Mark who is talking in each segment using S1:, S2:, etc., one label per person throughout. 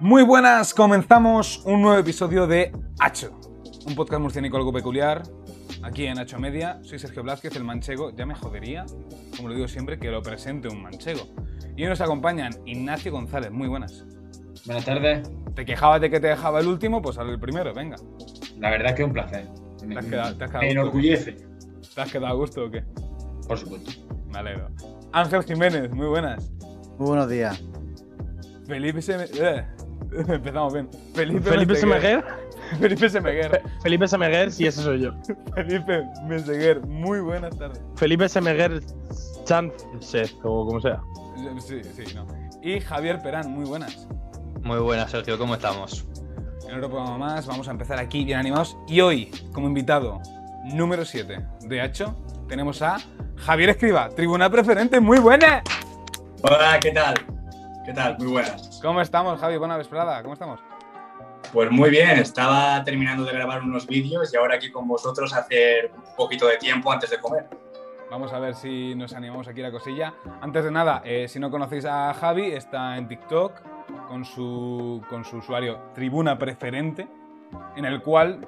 S1: Muy buenas, comenzamos un nuevo episodio de Hacho, un podcast murciánico algo peculiar. Aquí en Hacho Media, soy Sergio Blázquez, el manchego. Ya me jodería, como lo digo siempre, que lo presente un manchego. Y hoy nos acompañan Ignacio González, muy buenas.
S2: Buenas tardes.
S1: Te quejabas de que te dejaba el último, pues ahora el primero, venga.
S2: La verdad es que es un placer. Me,
S1: has quedado- te has quedado
S2: me
S1: tú.
S2: enorgullece,
S1: ¿Te has quedado a gusto o qué?
S2: por supuesto.
S1: Me alegro. Ángel Jiménez, muy buenas.
S3: Muy buenos días.
S1: Felipe Seme... eh, Empezamos bien. Felipe,
S4: Felipe
S1: Meseguer.
S4: Semeguer.
S1: Felipe Semeguer.
S4: Felipe Semeguer, sí, ese soy yo.
S1: Felipe Meseguer, muy buenas tardes.
S4: Felipe Semeguer Sánchez, o como sea.
S1: Sí, sí, no. Y Javier Perán, muy buenas.
S5: Muy buenas, Sergio, ¿cómo estamos?
S1: En otro programa más, vamos a empezar aquí bien animados. Y hoy, como invitado número 7 de Hacho, tenemos a Javier Escriba, tribunal preferente, muy buena.
S6: Hola, ¿qué tal? ¿Qué tal? Muy buenas.
S1: ¿Cómo estamos, Javi? Buena vesprada, ¿cómo estamos?
S6: Pues muy bien, estaba terminando de grabar unos vídeos y ahora aquí con vosotros a hacer un poquito de tiempo antes de comer.
S1: Vamos a ver si nos animamos aquí la cosilla. Antes de nada, eh, si no conocéis a Javi, está en TikTok con su, con su usuario Tribuna Preferente, en el cual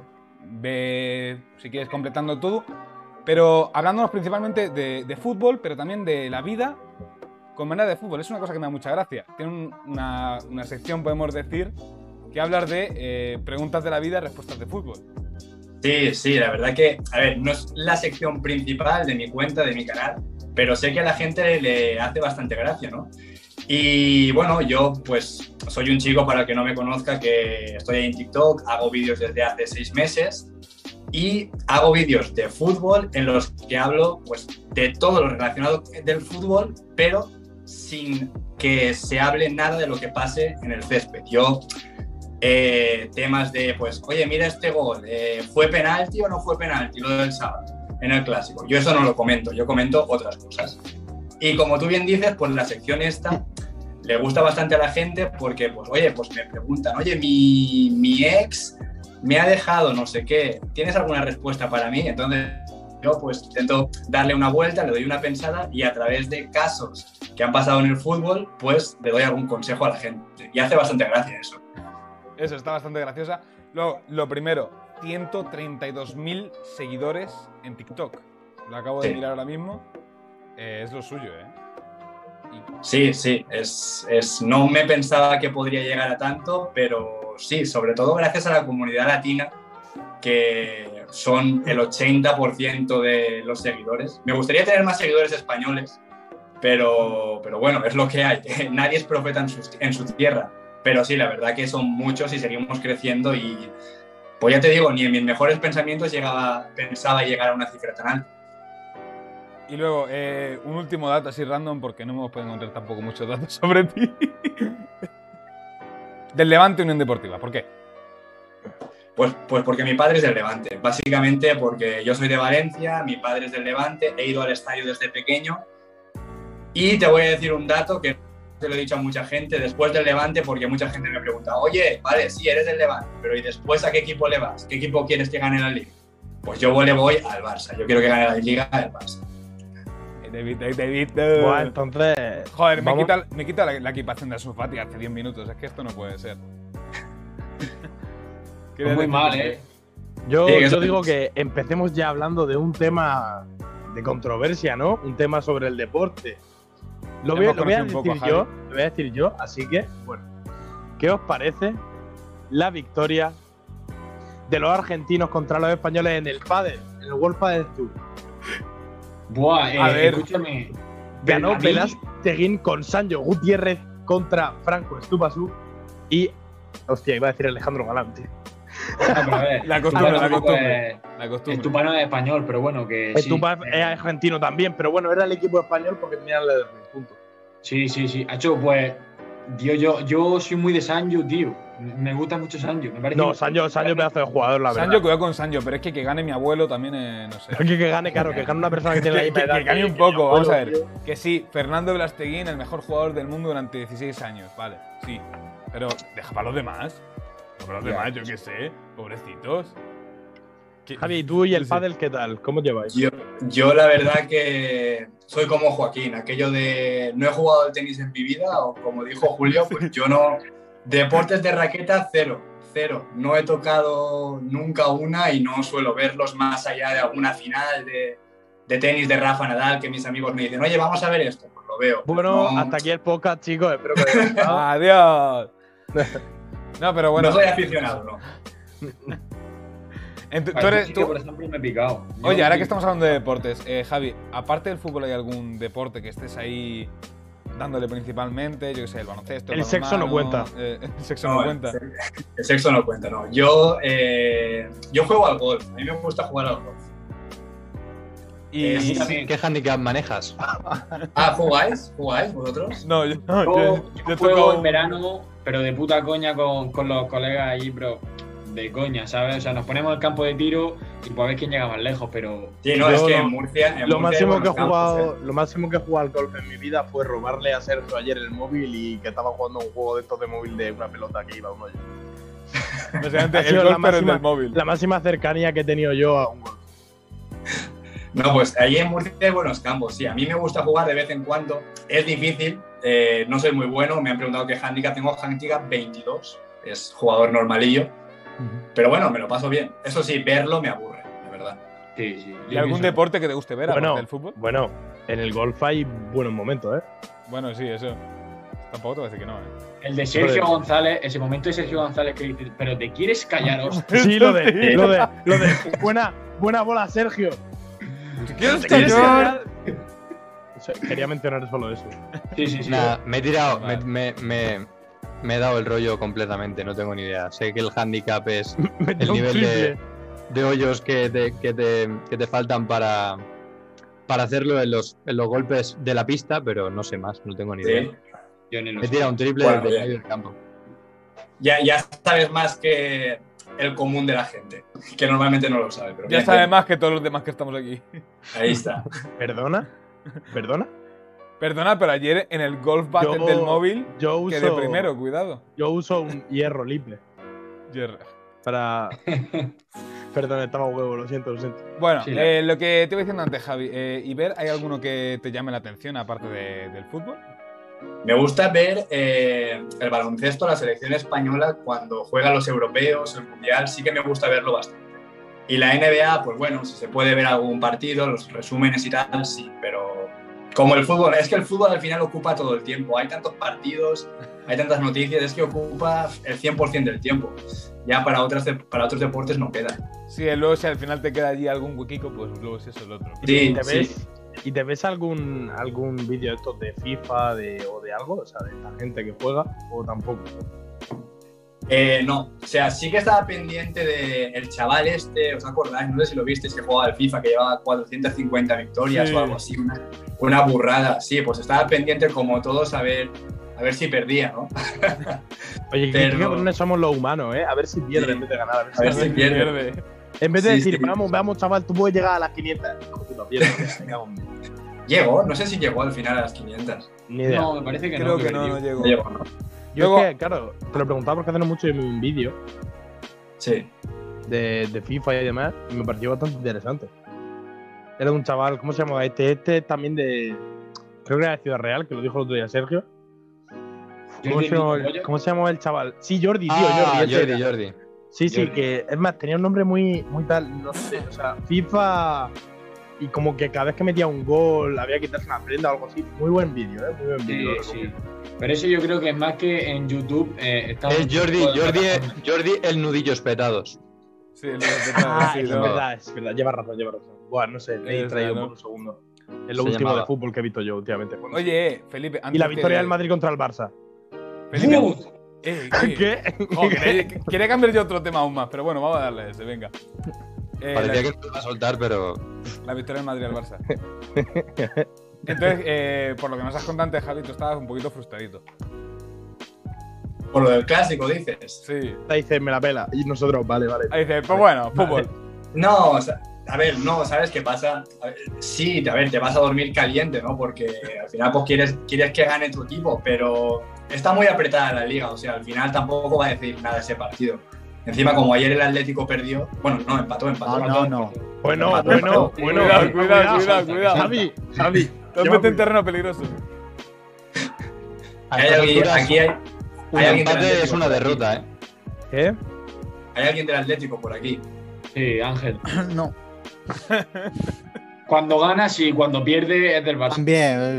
S1: ve, si quieres, completando todo. Pero hablándonos principalmente de, de fútbol, pero también de la vida con manera de fútbol. Es una cosa que me da mucha gracia. Tiene un- una, una sección, podemos decir, que hablar de eh, preguntas de la vida, respuestas de fútbol.
S6: Sí, sí, la verdad que, a ver, no es la sección principal de mi cuenta, de mi canal, pero sé que a la gente le hace bastante gracia, ¿no? Y bueno, yo pues soy un chico para el que no me conozca que estoy ahí en TikTok, hago vídeos desde hace seis meses y hago vídeos de fútbol en los que hablo pues de todo lo relacionado del fútbol, pero sin que se hable nada de lo que pase en el césped. Yo eh, temas de, pues, oye, mira este gol, eh, ¿fue penalti o no fue penalti? Lo del sábado, en el clásico. Yo eso no lo comento, yo comento otras cosas. Y como tú bien dices, pues la sección esta le gusta bastante a la gente porque, pues, oye, pues me preguntan, oye, mi, mi ex me ha dejado no sé qué, ¿tienes alguna respuesta para mí? Entonces yo pues intento darle una vuelta, le doy una pensada y a través de casos que han pasado en el fútbol, pues le doy algún consejo a la gente. Y hace bastante gracia eso.
S1: Eso está bastante graciosa. Luego, lo primero, 132.000 seguidores en TikTok. Lo acabo de
S6: Sí.
S1: mirar ahora mismo. Eh, es lo suyo, ¿eh?
S6: Sí, sí, es, es- no me pensaba que podría llegar a tanto, pero sí, sobre todo gracias a la comunidad latina, que son el 80% de los seguidores. Me gustaría tener más seguidores españoles, pero, pero bueno, es lo que hay. Nadie es profeta en su, en su tierra, pero sí, la verdad que son muchos y seguimos creciendo y, pues ya te digo, ni en mis mejores pensamientos llegaba, pensaba llegar a una cifra tan alta.
S1: Y luego, eh, un último dato así random, porque no hemos podido encontrar tampoco muchos datos sobre ti. Del Levante Unión Deportiva, ¿por qué?
S6: Pues, pues porque mi padre es del Levante. Básicamente porque yo soy de Valencia, mi padre es del Levante, he ido al estadio desde pequeño. Y te voy a decir un dato que te lo he dicho a mucha gente después del Levante, porque mucha gente me pregunta, oye, vale, sí, eres del Levante, pero ¿y después a qué equipo le vas? ¿Qué equipo quieres que gane la liga? Pues yo le voy al Barça, yo quiero que gane la liga al Barça.
S1: Eh, David, David, David.
S4: Bueno, entonces.
S1: Joder, me
S4: vamos-
S1: quita, me quita la, la equipación de Ansu Fati hace 10 minutos, es que esto no puede ser.
S2: Pues muy mal, ¿eh?
S4: Yo,
S6: Sí, que
S4: yo
S6: eso-
S4: digo que empecemos ya hablando de un tema de controversia, ¿no? Un tema sobre el deporte. Lo voy, a-
S1: Hemos
S4: lo voy a
S1: conocido un poco
S4: decir
S1: a
S4: yo, lo voy a decir yo, así que, bueno. ¿Qué os parece la victoria de los argentinos contra los españoles en el pádel, en el World Padel Tour?
S2: Buah, eh,
S1: A ver.
S2: escúchame.
S4: Ganó
S2: Bernabéu-
S4: Velasteguín con Sancho Gutiérrez contra Franco Estupasú y. Hostia, iba a decir Alejandro Galante.
S2: No, pero a ver,
S1: La costumbre,
S2: Estupano
S1: la
S2: tampoco
S1: costumbre.
S2: es-
S1: La costumbre.
S2: Estupano es español, pero bueno, que sí.
S4: Estupa es
S2: Eh,
S4: argentino también, pero bueno, era el equipo español porque tenía el punto.
S2: Sí, sí, sí. Hacho, pues, tío, yo, yo soy muy de Sancho, tío. Me gusta mucho Sancho. Me parece
S4: No, Sancho, Sancho pedazo de jugador, la
S1: Sancho,
S4: verdad.
S1: cuidado con Sancho, pero es que que gane mi abuelo también, eh, no sé.
S4: Que, que gane, claro, que gane una persona que tiene la
S1: Que-
S4: misma
S1: que-
S4: edad.
S1: que gane un poco,
S4: mi
S1: vamos a
S4: abuelo,
S1: ver. Que sí, Fernando Blasteguín, el mejor jugador del mundo durante 16 años, vale, sí. Pero deja para los demás. Para los
S2: Ya.
S1: demás, yo qué sé, pobrecitos. Que-
S4: tío. Javi, tú y el
S1: Sí, sí.
S4: pádel, ¿qué tal? ¿Cómo lleváis?
S6: Yo, yo la verdad que soy como Joaquín, aquello de no he jugado al tenis en mi vida, o como dijo Julio, pues yo no, Deportes de raqueta, cero. Cero. No he tocado nunca una y no suelo verlos más allá de alguna final de, de tenis de Rafa Nadal que mis amigos me dicen, oye, vamos a ver esto. Pues lo veo.
S4: Bueno,
S6: No-
S4: hasta aquí el podcast, chicos. Espero que os haya gustado.
S1: Adiós. No, pero bueno.
S6: No soy aficionado, no.
S1: en tu- tú
S2: Yo
S1: eres-
S2: sí que,
S1: tú-
S2: por ejemplo, me he picado. Yo
S1: Oye, ahora
S2: sí.
S1: que estamos hablando de deportes, eh, Javi, aparte del fútbol, ¿hay algún deporte que estés ahí dándole principalmente? Yo qué sé, el baloncesto.
S4: El sexo no
S1: balonmano,
S4: cuenta.
S1: eh, el sexo
S6: No,
S1: no
S6: el
S1: cuenta.
S6: se- El sexo no cuenta, no. Yo, eh, yo juego al golf. A mí me gusta jugar al golf.
S1: Y.
S6: Eh, sí, sí.
S5: ¿Qué handicap manejas?
S6: Ah, ¿jugáis? ¿Jugáis vosotros?
S1: No, yo,
S2: Yo,
S1: Ah, yo-
S2: yo
S1: yo
S2: juego
S1: toco-
S2: en verano, pero de puta coña con, con los colegas allí, bro. De coña, ¿sabes? O sea, nos ponemos al campo de tiro y pues a ver quién llega más lejos, pero.
S6: Sí, no,
S4: Yo
S6: es que
S4: lo-
S6: en Murcia. en
S4: Lo
S6: Murcia hay
S4: máximo, que he
S6: buenos campos, ¿eh?
S4: jugado, lo máximo que he jugado al golf en mi vida fue robarle a Sergio ayer el móvil y que estaba jugando un juego de estos de móvil de una pelota que iba uno allí.
S1: básicamente,
S4: Ha
S1: el
S4: sido
S1: golf,
S4: la
S1: pero el
S4: máxima-
S1: del móvil.
S4: La máxima cercanía que he tenido yo a un golf.
S6: ¿eh? No, pues allí en Murcia hay buenos campos, sí. A mí me gusta jugar de vez en cuando. Es difícil, eh, no soy muy bueno. Me han preguntado qué handicap tengo. Handicap 22. Es jugador normalillo. Pero bueno, me lo paso bien. Eso sí, verlo me aburre, la verdad.
S2: Sí, sí.
S1: ¿Y algún deporte que te guste ver
S4: Bueno.
S1: aparte del fútbol?
S4: Bueno, en el golf hay buenos momentos, ¿eh?
S1: Bueno, sí, eso. Tampoco te voy a decir que no, ¿eh?
S2: El de Sergio
S4: Joder.
S2: González, ese momento de Sergio González que dices, pero te quieres callar, hostia.
S4: Sí, lo de.
S6: Sí.
S4: Lo de, lo de buena, buena bola, Sergio.
S1: ¿Quieres
S4: Eso- Quería mencionar solo eso.
S2: Sí, sí, sí.
S5: Nada, me he tirado, me,
S1: Vale.
S5: me- me- me he dado el rollo completamente, este, no tengo ni idea. Sé que el handicap es
S4: Metió un
S5: nivel
S4: triple.
S5: de- de hoyos que te, que te, que te faltan para, para hacerlo en los, en los golpes de la pista, pero no sé más, no tengo ni idea.
S6: Sí.
S2: Yo ni lo
S5: Me he
S2: sé.
S5: tirado un triple
S6: Bueno,
S5: desde el
S6: bien.
S5: medio del campo.
S6: Ya, ya sabes más que el común de la gente, que normalmente no lo sabe. Pero
S1: Ya
S6: bien,
S1: sabes
S6: bien.
S1: más que todos los demás que estamos aquí.
S6: Ahí está.
S4: ¿Perdona? ¿Perdona?
S1: Perdona, pero ayer en el golf battle
S4: Yo-
S1: del móvil
S4: Yo uso.
S1: quedé primero, cuidado.
S4: Yo uso un hierro libre
S1: Jerry.
S4: para. Perdón, estaba huevo, lo siento, lo siento.
S1: Bueno,
S2: Sí,
S1: eh, lo que te iba diciendo antes, Javi, eh, Iber, ¿hay alguno que te llame la atención aparte de- del fútbol?
S6: Me gusta ver eh, el baloncesto, la selección española, cuando juegan los europeos, el mundial, sí que me gusta verlo bastante. Y la NBA, pues bueno, si se puede ver algún partido, los resúmenes y tal, sí, pero como el fútbol, es que el fútbol al final ocupa todo el tiempo. Hay tantos partidos, hay tantas noticias, es que ocupa el 100% del tiempo. Ya para, otras, de- para otros deportes no queda.
S1: Sí, eh, luego si al final te queda allí algún huequico, pues luego si eso es el otro.
S6: Sí,
S4: ¿Y te
S6: sí.
S4: ves, ¿y te ves algún, algún vídeo de estos de FIFA de, o de algo? O sea, de esta gente que juega o tampoco.
S6: Eh, no, o sea, sí que estaba pendiente del chaval este, ¿os acordáis? No sé si lo visteis que jugaba al FIFA, que llevaba 450 victorias
S1: Sí.
S6: o algo así, una, una burrada. Sí, pues estaba pendiente como todos a ver, a ver si perdía, ¿no?
S4: Oye,
S6: Pero-
S4: qué cabrones somos los humanos, ¿eh? A ver si pierden
S6: Sí.
S4: en vez de ganar. A ver
S6: A
S4: si
S6: ver si pierde.
S4: En vez de
S6: Sí,
S4: decir,
S6: sí.
S4: vamos, vamos, chaval, tú puedes llegar a las 500. Hijo de puta, pierdes, me cago en mí.
S6: Llegó, no sé si llegó al final a las 500.
S4: Ni idea.
S2: No, me parece que
S1: Creo
S2: no.
S1: que no, no
S2: perdió.
S1: llegó.
S6: No llegó, ¿no?
S4: Yo
S1: Luego-
S4: es que, claro, te lo preguntaba porque hace no mucho yo vi un vídeo
S6: Sí.
S4: de, de FIFA y demás y me pareció bastante interesante. Era de un chaval, ¿cómo se llamaba este? Este también de. Creo que era de Ciudad Real, que lo dijo el otro día Sergio. ¿Cómo
S2: Jordi
S4: se, llamaba,
S2: Nicolás.
S4: cómo se llamaba el chaval? Sí, Jordi, tío,
S5: Ah,
S4: Jordi. ese
S5: Jordi,
S4: era.
S5: Jordi.
S4: Sí, sí,
S2: Jordi.
S4: que es más, tenía un nombre muy, muy tal, no sé, o sea, FIFA. Y como que cada vez que metía un gol había que quitarse una prenda o algo así. Muy buen vídeo, ¿eh? Muy buen vídeo.
S2: Sí,
S4: lo
S2: sí.
S4: recomiendo.
S2: Pero eso yo creo que es más que en YouTube. eh, está
S5: Es
S2: un tipo
S5: Jordi,
S2: de
S5: Jordi,
S2: plataforma.
S5: Jordi el nudillos petados.
S1: Sí, lo he
S4: Ah,
S1: sí,
S4: es
S1: no.
S4: verdad, es verdad, lleva razón, lleva razón. Bueno, no sé, le he
S1: Es
S4: traído
S1: verdad,
S4: por un segundo. Es lo
S5: Se
S4: último
S5: llamaba.
S4: de fútbol que he visto yo últimamente. Bueno,
S1: Oye, eh, Felipe, antes
S4: Y la
S1: que-
S4: victoria del Madrid contra el Barça.
S1: Felipe,
S2: ¡Uh!
S1: eh, eh,
S4: ¿Qué?
S1: oh, quería, quería cambiar yo otro tema aún más, pero bueno, vamos a darle ese, venga. Eh, la-
S5: Parecía que lo iba a soltar, pero
S1: La victoria del Madrid al Barça. Entonces, eh, por lo que nos has contado antes, Javi, tú estabas un poquito frustradito.
S6: Por lo del clásico, dices.
S1: Sí.
S4: Dice, me la pela. Y nosotros, vale, vale.
S1: Ahí dices, pues bueno, fútbol.
S6: No, o sea, a ver, no, ¿sabes qué pasa? A ver, sí, a ver, te vas a dormir caliente, ¿no? Porque al final pues quieres, quieres que gane tu equipo, pero está muy apretada la liga, o sea, al final tampoco va a decir nada ese partido. Encima, como ayer el Atlético perdió, bueno, no, empató, empató.
S3: No, no,
S6: empató.
S3: Ah, no.
S4: Bueno,
S6: Empató,
S4: bueno,
S6: empató.
S4: bueno.
S1: Cuidado,
S4: Javi,
S1: cuidado, cuidado, cuidado.
S4: Javi, Javi.
S1: Te has
S4: yo
S1: metido
S4: me-
S1: en terreno peligroso.
S5: a
S6: Hay
S5: estas
S6: alguien-
S5: alturas,
S6: aquí hay,
S5: Un
S6: Hay alguien del
S5: empate es
S6: Atlético
S5: una
S6: por aquí.
S5: derrota, ¿eh?
S4: ¿Qué?
S6: Hay alguien del Atlético por aquí.
S2: Sí, Ángel.
S3: No,
S2: Cuando ganas y cuando pierde es del Barça.
S3: también.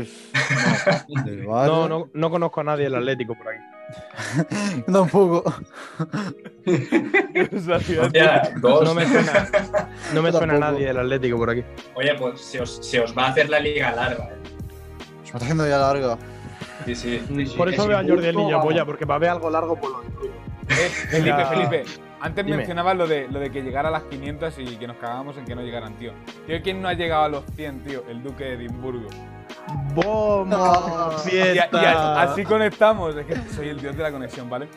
S3: es- no, del Barça.
S4: No, no, no conozco a nadie del Atlético por aquí.
S3: Tampoco.
S6: Hostia, dos.
S4: No me suena, no me
S3: Yo
S4: suena a
S3: tampoco.
S4: nadie del Atlético por aquí.
S6: Oye, pues se os, se os va a hacer la liga larga. ¿eh?
S3: Se me está haciendo ya larga.
S6: Sí, sí.
S2: sí,
S4: por
S2: es
S4: eso veo a Jordi el
S2: injusto,
S4: niño
S2: vamos.
S4: polla, porque para ver algo largo por lo
S1: Eh, Felipe,
S4: Venga.
S1: Felipe. Antes
S4: Dime.
S1: mencionabas lo de, lo de que llegara a las 500 y que nos cagábamos en que no llegaran, tío. Tío, ¿quién no ha llegado a los 100, tío? El Duque de Edimburgo.
S4: ¡Bomba!
S1: Y, a- y
S4: ¡Fiesta!
S1: a- así conectamos. Es que soy el dios de la conexión, ¿vale?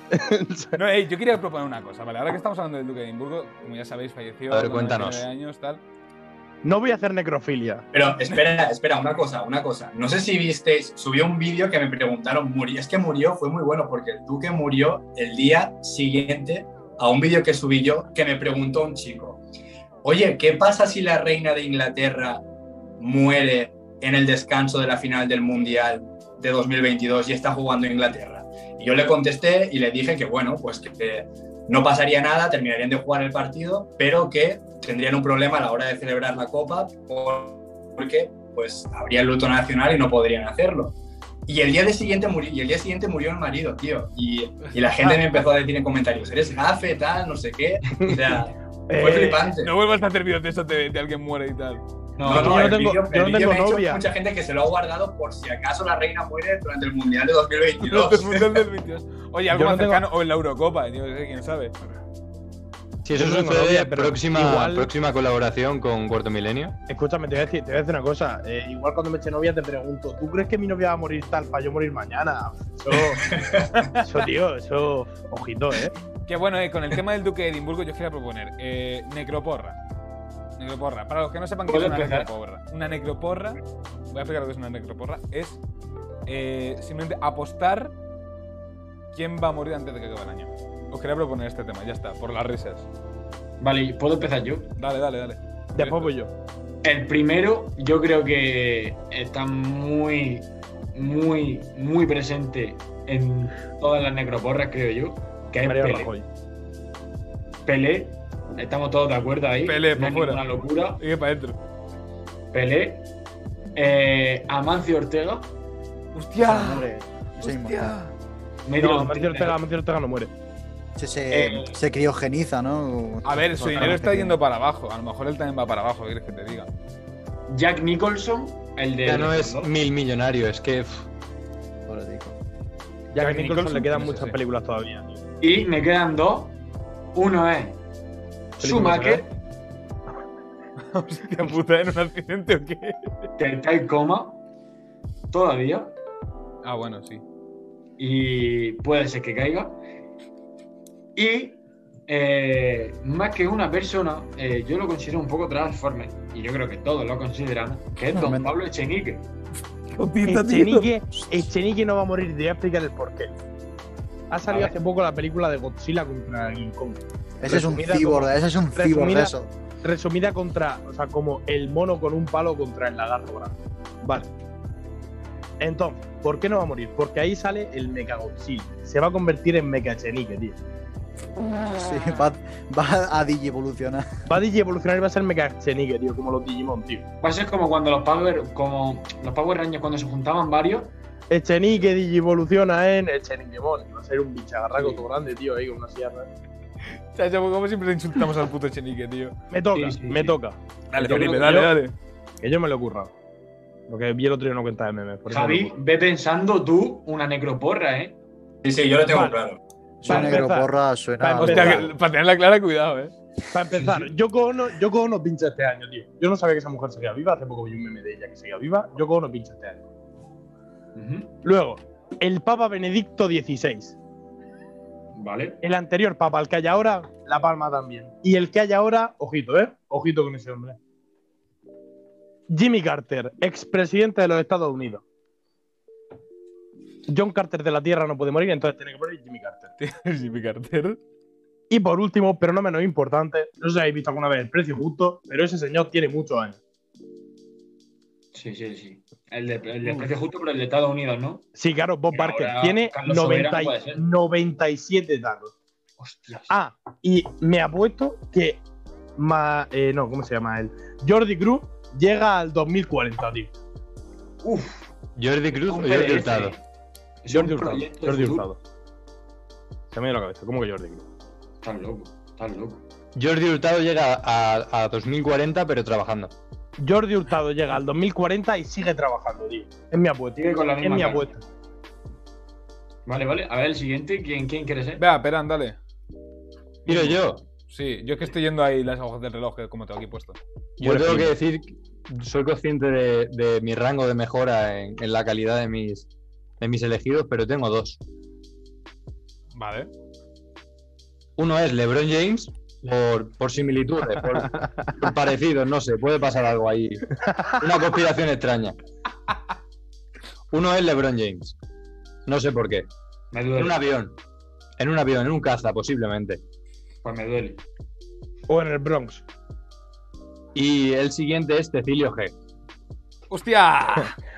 S1: No, ey, yo quería proponer una cosa, ¿vale? Ahora que estamos hablando del Duque de Edimburgo, como ya sabéis, falleció
S5: A ver,
S1: con 99
S5: cuéntanos.
S1: años, tal.
S4: No voy a hacer necrofilia.
S6: Pero espera, espera, una cosa, una cosa. No sé si visteis, subió un vídeo que me preguntaron, murió. Es que murió, fue muy bueno, porque el Duque murió el día siguiente a un vídeo que subí yo que me preguntó un chico, oye, ¿qué pasa si la reina de Inglaterra muere en el descanso de la final del Mundial de 2022 y está jugando Inglaterra? Y yo le contesté y le dije que bueno, pues que- que no pasaría nada, terminarían de jugar el partido, pero que tendrían un problema a la hora de celebrar la Copa por- porque pues habría el luto nacional y no podrían hacerlo. Y el día de siguiente murió, y el día siguiente murió el marido, tío. Y, y la gente me empezó a decir en comentarios, eres gafe, tal, no sé qué. O sea, fue
S4: Eh,
S6: flipante.
S1: No vuelvas a hacer vídeos de eso de, de alguien muere y tal.
S2: No,
S4: yo no
S6: el
S4: tengo-
S6: vídeo-
S4: yo no
S6: el vídeo
S4: tengo
S6: me ha dicho
S4: novia.
S6: mucha gente que se lo ha guardado por si acaso la reina muere durante el Mundial de
S1: Los del
S6: 2022.
S1: Mundial del 22. Oye, algo
S4: Yo no
S1: más
S4: tengo-
S1: cercano, o en la Eurocopa, yo qué sé, quién sabe.
S5: Si eso
S4: Yo tengo
S5: sucede,
S4: novia, pero
S5: próxima,
S4: igual-
S5: próxima colaboración con Cuarto Milenio.
S4: Escúchame, te voy a decir, te voy a decir una cosa. Eh, igual cuando me eche novia te pregunto, ¿tú crees que mi novia va a morir tal para yo morir mañana? Eso, eso, tío, eso, ojito, ¿eh?
S1: Que bueno, eh, con el tema del Duque de Edimburgo, yo os quería proponer eh, Necroporra. Necroporra. Para los que no sepan qué es
S2: ¿Puedo
S1: una
S2: empezar?
S1: necroporra. Una necroporra, voy a explicar lo que es una necroporra, es eh, simplemente apostar quién va a morir antes de que acabe el año. Os quería proponer este tema, ya está, por las risas.
S2: Vale, ¿puedo empezar yo?
S1: Dale, dale, dale.
S4: Después voy yo.
S2: El primero, yo creo que está muy, muy, muy presente en todas las necroporras, creo yo. Que es
S4: Mariano
S2: Pelé.
S4: Rajoy.
S2: Pelé. Estamos todos de acuerdo ahí.
S1: Pelé,
S2: no
S1: por
S2: es
S1: fuera.
S2: ninguna locura.
S1: Y para adentro.
S2: Pelé. Eh, Amancio Ortega.
S1: ¡Hostia!
S3: Hombre, ese mismo.
S2: Me he
S4: No,
S2: tirado un
S4: Amancio Ortega, Amancio Ortega no muere.
S3: Se, se,
S2: Eh,
S3: se criogeniza, ¿no?
S1: A ver, su
S3: Totalmente
S1: dinero está
S3: bien.
S1: yendo para abajo. A lo mejor él también va para abajo, ¿qué quieres que te diga?
S2: tiro. Jack Nicholson, el de.
S5: Ya no es
S2: ¿no?
S5: mil millonario, es que pff,
S3: Pobre tío.
S4: Ya que a
S1: Jack
S4: Nicholson le
S1: Nicholson,
S4: quedan
S1: sí,
S4: muchas
S1: sí.
S4: películas todavía. tío.
S2: Y me quedan dos. Uno es Schumacher,
S1: Hostia puta, ¿en un accidente o qué?
S2: que está en coma. Todavía.
S1: Ah, bueno, sí.
S2: y puede ser que caiga. Y eh, más que una persona, eh, yo lo considero un poco transforme, y yo creo que todos lo consideramos, que es Don
S3: Totalmente.
S2: Pablo Echenique.
S4: Echenique, Echenique no va a morir, te voy a explicar el porqué. Ha salido
S2: A ver.
S4: hace poco la película de Godzilla contra King Kong.
S3: Ese es un
S4: Resumida
S3: cyborg,
S4: como-
S3: ese es un cyborg de
S4: resumida-
S3: eso.
S4: Resumida contra, o sea, como el mono con un palo contra el lagarto grande. Vale. Entonces, ¿por qué no va a morir? Porque ahí sale el Mecha Godzilla. Se va a convertir en Mecha Echenique, tío.
S3: Sí,
S1: Ah.
S3: va, va a digievolucionar.
S4: Va a digievolucionar y va a ser Mecha Echenique, tío, como los Digimon, tío.
S2: Va a ser como cuando los Power, como los Power Rangers cuando se juntaban varios,
S4: Echenique digievoluciona en Echeniquemon. Y va a ser un bichagarraco todo grande, tío, ahí con una sierra.
S1: Chacho, como siempre insultamos al puto Chenique, tío.
S4: Me toca,
S2: Sí, sí,
S4: me
S2: sí.
S4: toca.
S1: Dale,
S2: Yo
S1: Felipe,
S2: creo que
S1: dale,
S2: yo-
S1: dale.
S4: Que yo me lo he currado. Porque vi el otro día una cuenta de memes. Por eso me lo he
S2: Javi,
S4: currado.
S2: ve pensando tú una necroporra, ¿eh?
S6: Sí, sí, yo lo tengo
S4: Vale.
S6: claro.
S3: Suena
S4: empezar.
S3: necroporra,
S4: Va
S3: suena.
S4: a
S1: Hostia, que- para tenerla clara, cuidado, eh.
S4: Para empezar, yo Ono, Yoko Ono pincha este año, tío. Yo no sabía que esa mujer seguía viva. Hace poco vi un meme de ella que seguía viva. Yo Ono pincha este año.
S2: Ujú,
S4: Luego, el Papa Benedicto XVI.
S2: Vale.
S4: El anterior Papa, el que hay ahora, la palma también. Y el que hay ahora, ojito, ¿eh? Ojito con ese hombre. Jimmy Carter, expresidente de los Estados Unidos. John Carter de la Tierra no puede morir, entonces tiene que morir Jimmy Carter.
S1: Jimmy Carter.
S4: Y por último, pero no menos importante, no sé si habéis visto alguna vez el precio justo, pero ese señor tiene muchos años.
S2: Sí, sí, sí. El de, el de precio justo, pero el de Estados Unidos, ¿no?
S4: Sí, claro, Bob
S2: Pero
S4: Barker
S2: ahora
S4: tiene
S2: Carlos Sobera
S4: 90 y-
S2: puede ser.
S4: 97 tacos.
S2: Hostias.
S4: Ah, y me apuesto que. ma- eh, no, ¿cómo se llama él? Jordi Cruz llega al 2040, tío.
S2: Uf,
S5: Jordi Cruz o
S2: un
S5: Jordi
S2: PDF.
S5: Hurtado.
S2: Es
S4: Jordi
S2: un
S4: Hurtado.
S2: proyecto de
S4: Jordi
S2: futuro.
S4: Hurtado. Se me dio la cabeza. ¿Cómo que Jordi Cruz?
S2: Estás loco, estás loco.
S5: Jordi Hurtado llega a, a 2040, pero trabajando.
S4: Jordi Hurtado llega al 2040 y sigue trabajando, tío. Es mi apuesta.
S2: Sigue con la
S4: Es
S2: misma
S4: mi
S2: cara.
S4: apuesta.
S2: Vale, vale. A ver, el siguiente, ¿quién, quién quiere ser?
S1: Vea, Peran, dale.
S5: Miro yo.
S1: Sí, yo es que estoy yendo ahí las agujas del reloj que como tengo aquí puesto.
S5: Yo
S4: Buen
S5: tengo
S4: ejemplo.
S5: que decir, soy consciente de, de mi rango de mejora en, en la calidad de mis, de mis elegidos, pero tengo dos.
S1: Vale.
S5: Uno es LeBron James, por, por similitudes, por, por parecidos, no sé, puede pasar algo ahí. Una conspiración extraña. Uno es LeBron James. No sé por qué.
S2: Me
S5: En
S2: duele.
S5: un avión. En un avión, en un caza, posiblemente.
S2: Pues me duele.
S4: O en el Bronx.
S5: Y el siguiente es Cecilio G.
S1: ¡Hostia!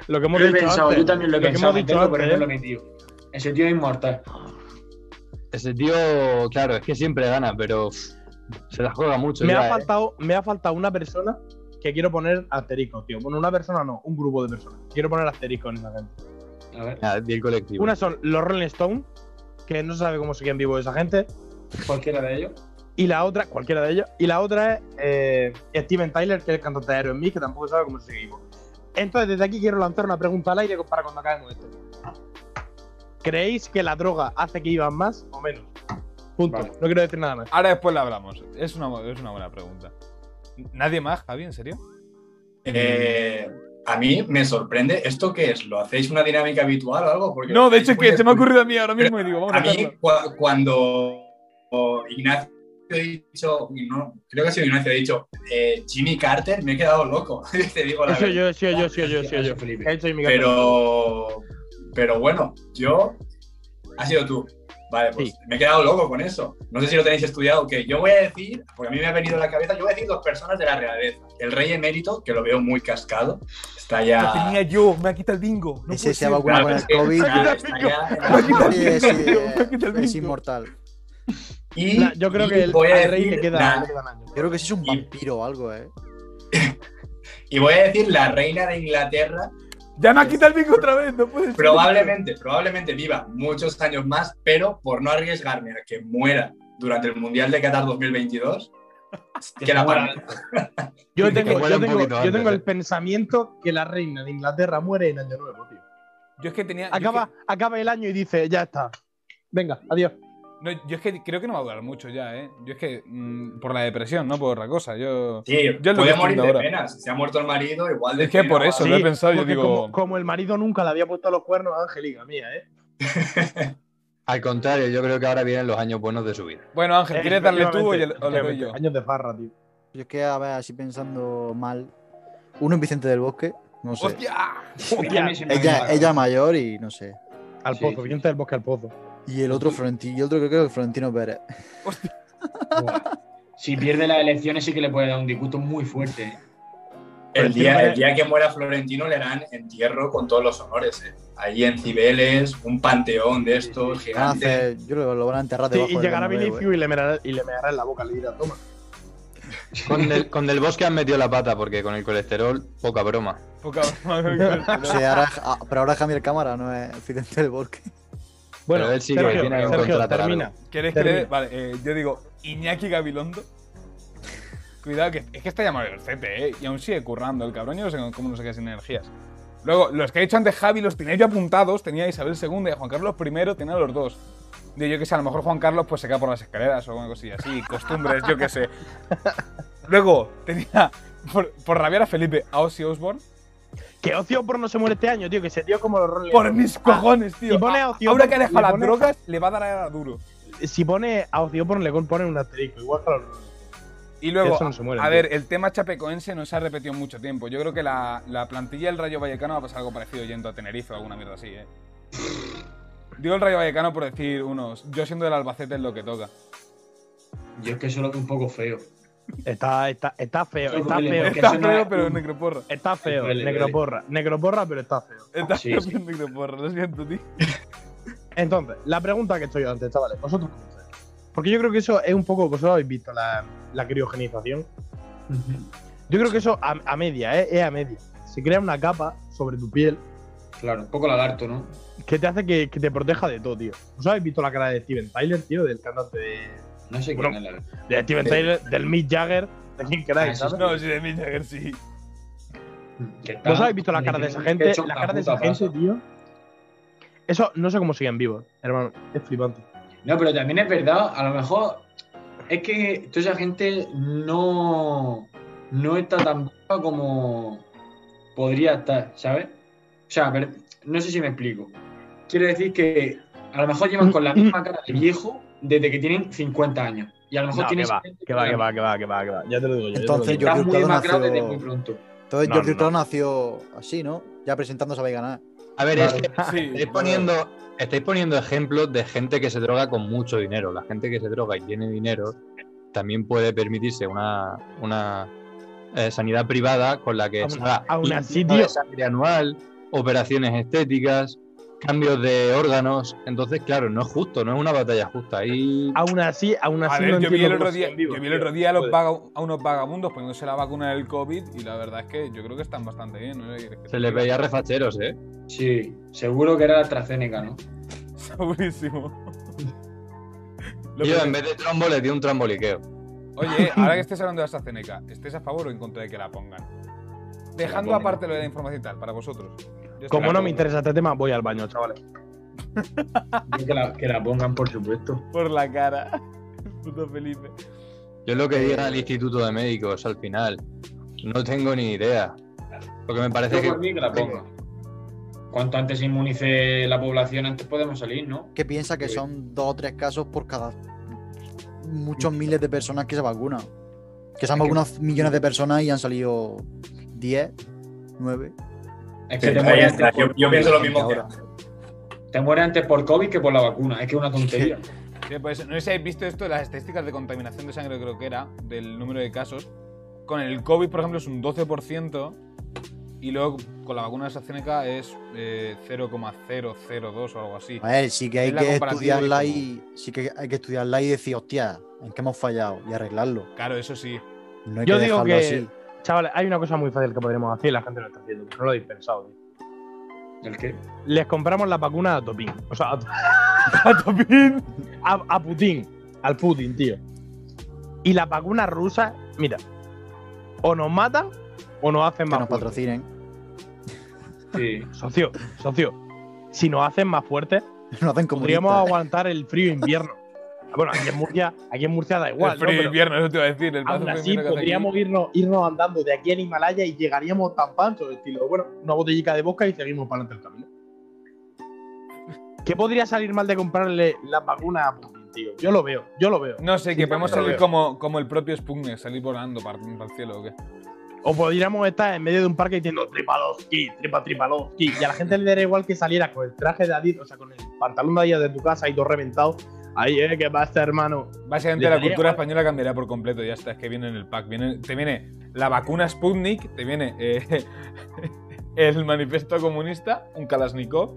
S4: Lo que
S2: Yo
S4: hemos
S2: lo he
S4: dicho
S2: pensado,
S4: antes,
S2: yo también lo he
S4: que
S2: pensado.
S4: hemos dicho
S2: meterlo, pero no
S4: antes,
S2: lo he metido. Ese tío es inmortal.
S5: Ese tío, claro, es que siempre gana, pero pff, se la juega mucho.
S4: me,
S5: ya,
S4: ha
S5: ¿eh?
S4: faltado, me ha faltado una persona que quiero poner asterisco, tío. Bueno, una persona no, un grupo de personas. Quiero poner asterisco en esa gente.
S2: A ver,
S5: Nada, di el colectivo.
S4: Una son los Rolling Stones, que no se sabe cómo siguen vivos esa gente.
S2: cualquiera de ellos.
S4: Y la otra, cualquiera de ellos. Y la otra es eh, Steven Tyler, que es el cantante de Aerosmith, que tampoco sabe cómo sigue vivo. Entonces, desde aquí quiero lanzar una pregunta al aire para cuando acabemos esto. ¿Creéis que la droga hace que vivan más o menos? Punto.
S2: Vale.
S4: No quiero decir nada más.
S1: Ahora después la hablamos. Es una, es una buena pregunta. ¿Nadie más, Javi? ¿En serio?
S6: Eh, a mí me sorprende. ¿Esto qué es? ¿Lo hacéis una dinámica habitual o algo? Porque
S1: No, de hecho es que se me ha ocurrido
S6: ocurrido
S1: a mí ahora mismo y digo, vamos a
S6: A mí,
S1: hacerlo.
S6: cua- cuando Ignacio ha dicho, no, creo que ha sido Ignacio, ha dicho eh, Jimmy Carter, me he quedado loco. te digo la
S4: Eso
S6: verdad.
S4: yo, sí, yo, sí, yo, sí, yo.
S2: Eso, Felipe.
S4: He hecho mi
S6: Pero, pero bueno, yo. Ha sido tú. Vale, pues
S4: Sí.
S6: me he quedado loco con eso. No sé si lo tenéis estudiado o qué. Yo voy a decir, porque a mí me ha venido a la cabeza, yo voy a decir dos personas de la realeza. El rey emérito, que lo veo muy cascado, está ya.
S1: yo, me ha quitado el bingo.
S3: Ese se ha vacunado con el
S6: Claro, es que-
S3: COVID.
S6: claro, está ya-
S3: Sí, sí, eh,
S1: quita el
S3: es
S1: bingo.
S3: inmortal.
S6: Y,
S4: La- yo creo
S6: y
S4: que el,
S6: voy a
S4: al rey
S6: decir
S4: le queda,
S6: la-
S4: le quedan años.
S3: Yo creo que ese es un
S6: Y-
S3: vampiro o algo, ¿eh?
S6: Y voy a decir la reina de Inglaterra,
S1: Ya me ha quitado el bingo otra vez, no puede ser.
S6: probablemente, probablemente viva muchos años más, pero por no arriesgarme a que muera durante el Mundial de Qatar 2022, que la
S2: muera.
S6: parta.
S4: Yo
S5: Que
S4: tengo,
S5: muera
S4: yo
S5: un
S4: tengo,
S5: poquito
S4: yo
S5: antes,
S4: tengo
S5: eh.
S4: el pensamiento que la reina de Inglaterra muere en Año Nuevo, tío.
S1: Yo es que tenía. yo es
S4: Acaba,
S1: que-
S4: acaba el año y dice, ya está. Venga, adiós.
S1: no, Yo es, que, creo que no va a durar mucho ya, ¿eh? Yo es que. mm, por la depresión, no por otra cosa. Yo.
S6: Sí,
S1: Yo lo que
S6: puede
S1: estoy
S6: morir
S1: viendo
S6: de
S1: ahora.
S6: pena. Si se ha muerto el marido, igual de
S1: Es que
S6: pena
S1: por
S6: va.
S1: eso, Eso lo he pensado, yo
S4: porque
S1: digo-
S4: Como, como el marido nunca le había puesto los cuernos a Angélica, mía, ¿eh?
S5: Al contrario, yo creo que ahora vienen los años buenos de su vida.
S1: Bueno,
S4: Eh,
S1: Ángel, ¿quieres darle tú o yo-
S4: Efectivamente,
S1: o le doy yo?
S4: Años de farra, tío.
S3: Yo es que, a ver, así pensando mal. Uno es Vicente del Bosque, no sé.
S1: ¡Hostia!
S2: A mí se me
S3: Ella,
S2: ha
S3: ella mayor y no sé.
S4: Al
S2: Sí,
S4: pozo,
S2: sí.
S4: Vicente del Bosque al pozo.
S3: Y el otro Florentino, y el otro creo que es Florentino Pérez.
S2: Buah. Si pierde las elecciones sí que le puede dar un disgusto muy fuerte. ¿eh?
S6: El día, el día que muera Florentino le harán entierro con todos los honores. eh. Ahí en Cibeles, un panteón de estos
S3: Van a
S6: gigantes.
S3: hacer- Ah, yo creo que lo van a enterrar
S4: Sí,
S3: debajo
S4: y
S3: del
S4: llegará
S3: Bernabéu,
S4: Vinicius y le, meará, y le meará en la boca, le dirá, toma.
S5: Con el, con Del Bosque han metido la pata porque con el colesterol, poca broma.
S1: Poca broma.
S3: ¿eh? Sí, ahora- ah, pero ahora Javier Cámara, no es Vicente del Bosque.
S4: Bueno,
S5: Pero él sí que
S4: Sergio,
S5: tiene algún
S4: Sergio,
S5: contrato largo.
S4: termina.
S1: ¿Quieres que le dé?
S4: Termina.
S1: Vale, eh, yo digo Iñaki Gabilondo. Cuidado, que es que está llamado el CT, ¿eh? Y aún sigue currando el cabrón. Yo no sé cómo no se queda sin energías. Luego, los que ha dicho antes Javi, los tenía yo apuntados. Tenía a Isabel II y a Juan Carlos I, tenía a los dos. Digo yo que sé, a lo mejor Juan Carlos pues se cae por las escaleras o alguna cosilla así. Costumbres, yo qué sé. Luego, tenía por, por rabiar a Felipe, a Ozzy Osbourne.
S4: Que Ocio por no se muere este año, tío, que se dio como los Rolling
S1: Por
S4: Stones.
S1: mis cojones, tío.
S4: Ah, y pone a Ozzy
S1: Ahora
S4: Osbourne,
S1: que ha
S4: le
S1: dejado las
S4: pone-
S1: drogas, le va a dar a duro.
S4: Si pone a Ocio por le pone un asterisco, igual que a los Rolling Stones.
S1: Y luego,
S4: Eso no se muere,
S1: a
S4: tío.
S1: ver, el tema chapecoense no se ha repetido en mucho tiempo. Yo creo que la, la plantilla del Rayo Vallecano va a pasar algo parecido yendo a Tenerife o alguna mierda así, ¿eh? Digo el Rayo Vallecano por decir unos. Yo siendo del Albacete es lo que toca.
S2: Yo es que eso lo veo un poco feo.
S4: Está, está, está feo,
S2: Yo
S4: está
S2: creo que le
S4: feo.
S2: toca.
S1: Está
S2: eso no
S1: feo,
S2: es
S1: pero
S2: un-
S1: necroporra.
S4: Está feo,
S2: Duele, duele.
S4: necroporra. Necroporra, pero está feo.
S1: Está
S2: Sí,
S1: feo,
S2: sí.
S1: pero necroporra. Lo siento, tío.
S4: Entonces, la pregunta que estoy yo antes, chavales, vosotros qué pensáis? Porque yo creo que eso es un poco, vosotros habéis visto la, la criogenización. Yo creo que eso a, a media, ¿eh? es a media. Se crea una capa sobre tu piel
S2: Claro, un poco lagarto, ¿no?
S4: que te hace que, que te proteja de todo, tío. ¿Vosotros habéis visto la cara de Steven Tyler, tío? Del cantante de,
S2: No sé
S4: Bueno,
S2: quién es la
S4: de Steven
S6: Sí.
S4: Tyler, del Mick Jagger, de quien
S2: Ah,
S4: queráis,
S2: eso
S4: ¿sabes?
S1: No, si de Mick Jagger sí.
S2: Que está-
S4: ¿Vosotros habéis visto la cara de esa gente?
S2: Que hecho
S4: La
S2: una
S4: cara de
S2: puta
S4: esa gente,
S2: pasa.
S4: tío. Eso no sé cómo siguen vivos, hermano. Es flipante.
S2: No, pero también es verdad, a lo mejor es que toda esa gente no, no está tan viva como podría estar, ¿sabes? O sea, ver- no sé si me explico. Quiero decir que a lo mejor llevan con la misma cara de viejo desde que tienen 50 años. Y a lo mejor
S4: No, que
S2: tienen
S4: va,
S2: 70
S4: que va, que
S2: años.
S4: va, que va, que va, que va. Ya te lo digo yo. ya te lo
S3: Entonces,
S4: digo
S3: yo-
S2: Están muy
S3: Hurtado
S2: demacrados
S3: nació-
S2: desde muy pronto.
S3: Entonces
S4: No,
S3: Jordi
S4: no,
S3: Hurtado nació así, ¿no? Ya presentándose a ganar.
S5: A ver,
S2: Claro.
S5: es que
S1: Sí.
S5: estáis poniendo, estáis poniendo ejemplos de gente que se droga con mucho dinero. La gente que se droga y tiene dinero también puede permitirse una, una eh, sanidad privada con la que
S4: Aún-
S5: se haga
S4: aún así,
S5: limpieza
S4: tío.
S5: de sangre anual, operaciones estéticas, cambios de órganos. Entonces, claro, no es justo, no es una batalla justa. Ahí
S4: Aún así, aún así
S1: A ver,
S4: no
S1: yo vi
S4: entiendo
S1: el
S4: cómo
S1: otro día,
S4: siguen vivos,
S1: yo vi el
S4: tío.
S1: otro día a, los
S4: Joder.
S1: vaga- a unos vagabundos poniéndose la vacuna del COVID y la verdad es que yo creo que están bastante bien. ¿no?
S5: se les veía refacheros, ¿eh?
S2: Sí, seguro que era la AstraZeneca, ¿no?
S1: Segurísimo. Lo
S5: Yo
S1: que-
S5: en vez de trombo le di un tramboliqueo.
S1: Oye, ahora que estés hablando de AstraZeneca, ¿estés a favor o en contra de que la pongan? Dejando
S2: pongan.
S1: aparte lo de la información y tal, para vosotros. Yo estoy
S4: Como no
S1: a
S4: me
S1: favor.
S4: interesa este tema, voy al baño, chavales.
S2: Yo que, la, que la pongan, por supuesto.
S1: Por la cara. Puto Felipe.
S5: Yo es lo que diga el Instituto de Médicos al final. No tengo ni idea. Porque me parece
S2: Yo
S5: que.
S2: por mí que la pongan. Cuanto antes se inmunice la población, antes podemos salir, ¿no?
S3: Que piensa que
S2: Sí.
S3: son dos o tres casos por cada muchos miles de personas que se vacunan. Que se han
S2: Es que-
S3: vacunado millones de personas y han salido 10, 9.
S2: Es
S6: Sí,
S2: que te
S6: ahí
S2: mueres
S6: está,
S2: antes por
S6: yo- yo pienso lo
S2: COVID,
S6: mismo
S2: gente,
S6: que-
S2: ahora. Te mueres antes por COVID que por la vacuna. Es que es una tontería.
S1: Sí, pues, no sé si habéis visto esto de las estadísticas de contaminación de sangre, creo que era, del número de casos. Con el COVID, por ejemplo, es un 12%. Y luego con la vacuna de AstraZeneca es eh, 0,002 o algo así.
S3: A ver, sí que hay
S1: Es la
S3: que
S1: comparativa y
S3: estudiarla y sí que hay que estudiarla y decir, hostia, ¿en qué hemos fallado? Y arreglarlo.
S1: Claro, eso sí.
S3: No hay
S4: Yo
S3: que
S4: digo
S3: dejarlo
S4: que-
S3: así.
S4: Chavales, hay una cosa muy fácil que podremos hacer y la gente lo está haciendo, pero no lo habéis pensado, tío.
S2: ¿El qué?
S4: Les compramos la vacuna a Topín. O sea, a,
S1: ¡A topín!
S4: a- a Putin. Al Putin, tío. Y la vacuna rusa, mira, o nos matan o nos hacen
S3: Que
S4: más
S3: nos
S4: fuertes.
S3: patrocinen.
S2: Sí.
S4: Socio, socio, si nos hacen más fuertes,
S3: Nos hacen
S4: podríamos
S3: comunistas.
S4: aguantar el frío invierno. Bueno, aquí en Murcia, aquí en Murcia da igual,
S1: el frío
S4: ¿no? Pero-
S1: invierno, eso te iba a decir. El brazo
S4: Aún
S1: frío
S4: así,
S1: invierno que hace aquí.
S4: podríamos irnos, irnos andando de aquí al Himalaya y llegaríamos tan pancho, estilo, bueno, una botellica de bosca y seguimos para adelante el camino. ¿Qué podría salir mal de comprarle la vacuna a Putin, tío? Yo lo veo, yo lo veo.
S1: No sé, que podemos
S4: Lo
S1: salir
S4: veo.
S1: como, como el propio Sputnik, salir volando para, para el cielo o qué.
S4: O podríamos estar en medio de un parque diciendo Tripalovsky, tripa Tripalovsky. Y a la gente le daría igual que saliera con el traje de Adidas, o sea, con el pantalón de Adidas de tu casa y todo reventado. Ahí, eh, ¿qué pasa, hermano?
S1: Básicamente
S4: Le
S1: la
S4: daría
S1: cultura
S4: igual.
S1: española cambiará por completo, ya está, es que viene en el pack. Viene, te viene la vacuna Sputnik, te viene eh, el manifiesto comunista, un Kalashnikov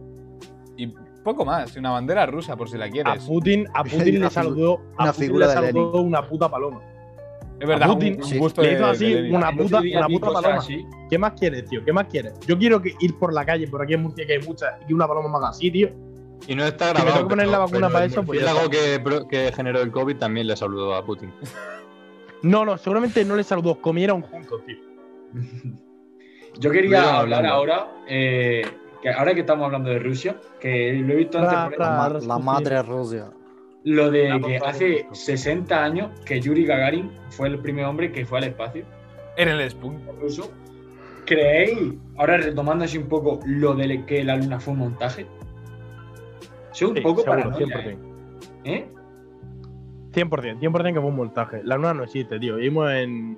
S1: y poco más, y una bandera rusa por si la
S4: A
S1: quieres.
S4: Putin, a
S3: Una
S4: Putin le
S3: figu-
S4: saludó, a
S3: una
S4: Putin
S3: figura
S4: le
S3: de Lenin.
S4: saludó una puta paloma.
S1: Es verdad,
S4: a
S1: un-
S4: Putin,
S1: un,
S3: sí.
S1: gusto
S4: le
S1: de,
S4: hizo así
S1: de Lenin.
S4: una
S2: El otro
S4: puta-
S2: día
S4: una
S2: vi
S4: puta
S2: cosas
S4: paloma.
S2: así.
S4: ¿Qué más quieres, tío? ¿Qué más quieres? Yo quiero que ir por la calle, por aquí en Murcia, que hay muchas, y que una paloma me haga así, tío.
S5: Y no está
S4: Si me
S5: grabado.
S4: tengo que poner
S5: pero-
S4: la vacuna
S5: pero
S4: para
S5: el
S4: eso, pues ya
S5: murciélago
S4: está.
S5: que, pro- que generó el COVID también le saludó a Putin.
S4: No, no, seguramente no les saludó, comieron juntos, tío.
S2: Yo quería
S5: Mira,
S2: hablar
S5: hablando.
S2: ahora, eh, que ahora que estamos hablando de Rusia, que lo he visto antes
S4: Ra,
S2: por ahí,
S4: ra.
S3: La, ma-
S4: Rasputin.
S3: la madre Rusia.
S2: lo
S4: Ah,
S2: de
S4: por
S2: que
S4: favor.
S2: hace 60 años que Yuri Gagarin fue el primer hombre que fue al espacio
S1: Era el Sputnik.
S2: ruso. ¿Creéis, ahora retomando así un poco, lo de que la luna fue un montaje? Soy un
S4: Sí,
S2: poco
S4: seguro,
S2: paranoia,
S4: 100%.
S2: ¿eh?
S4: 100%, 100% que fue un montaje. La luna no existe, tío. Vivimos en,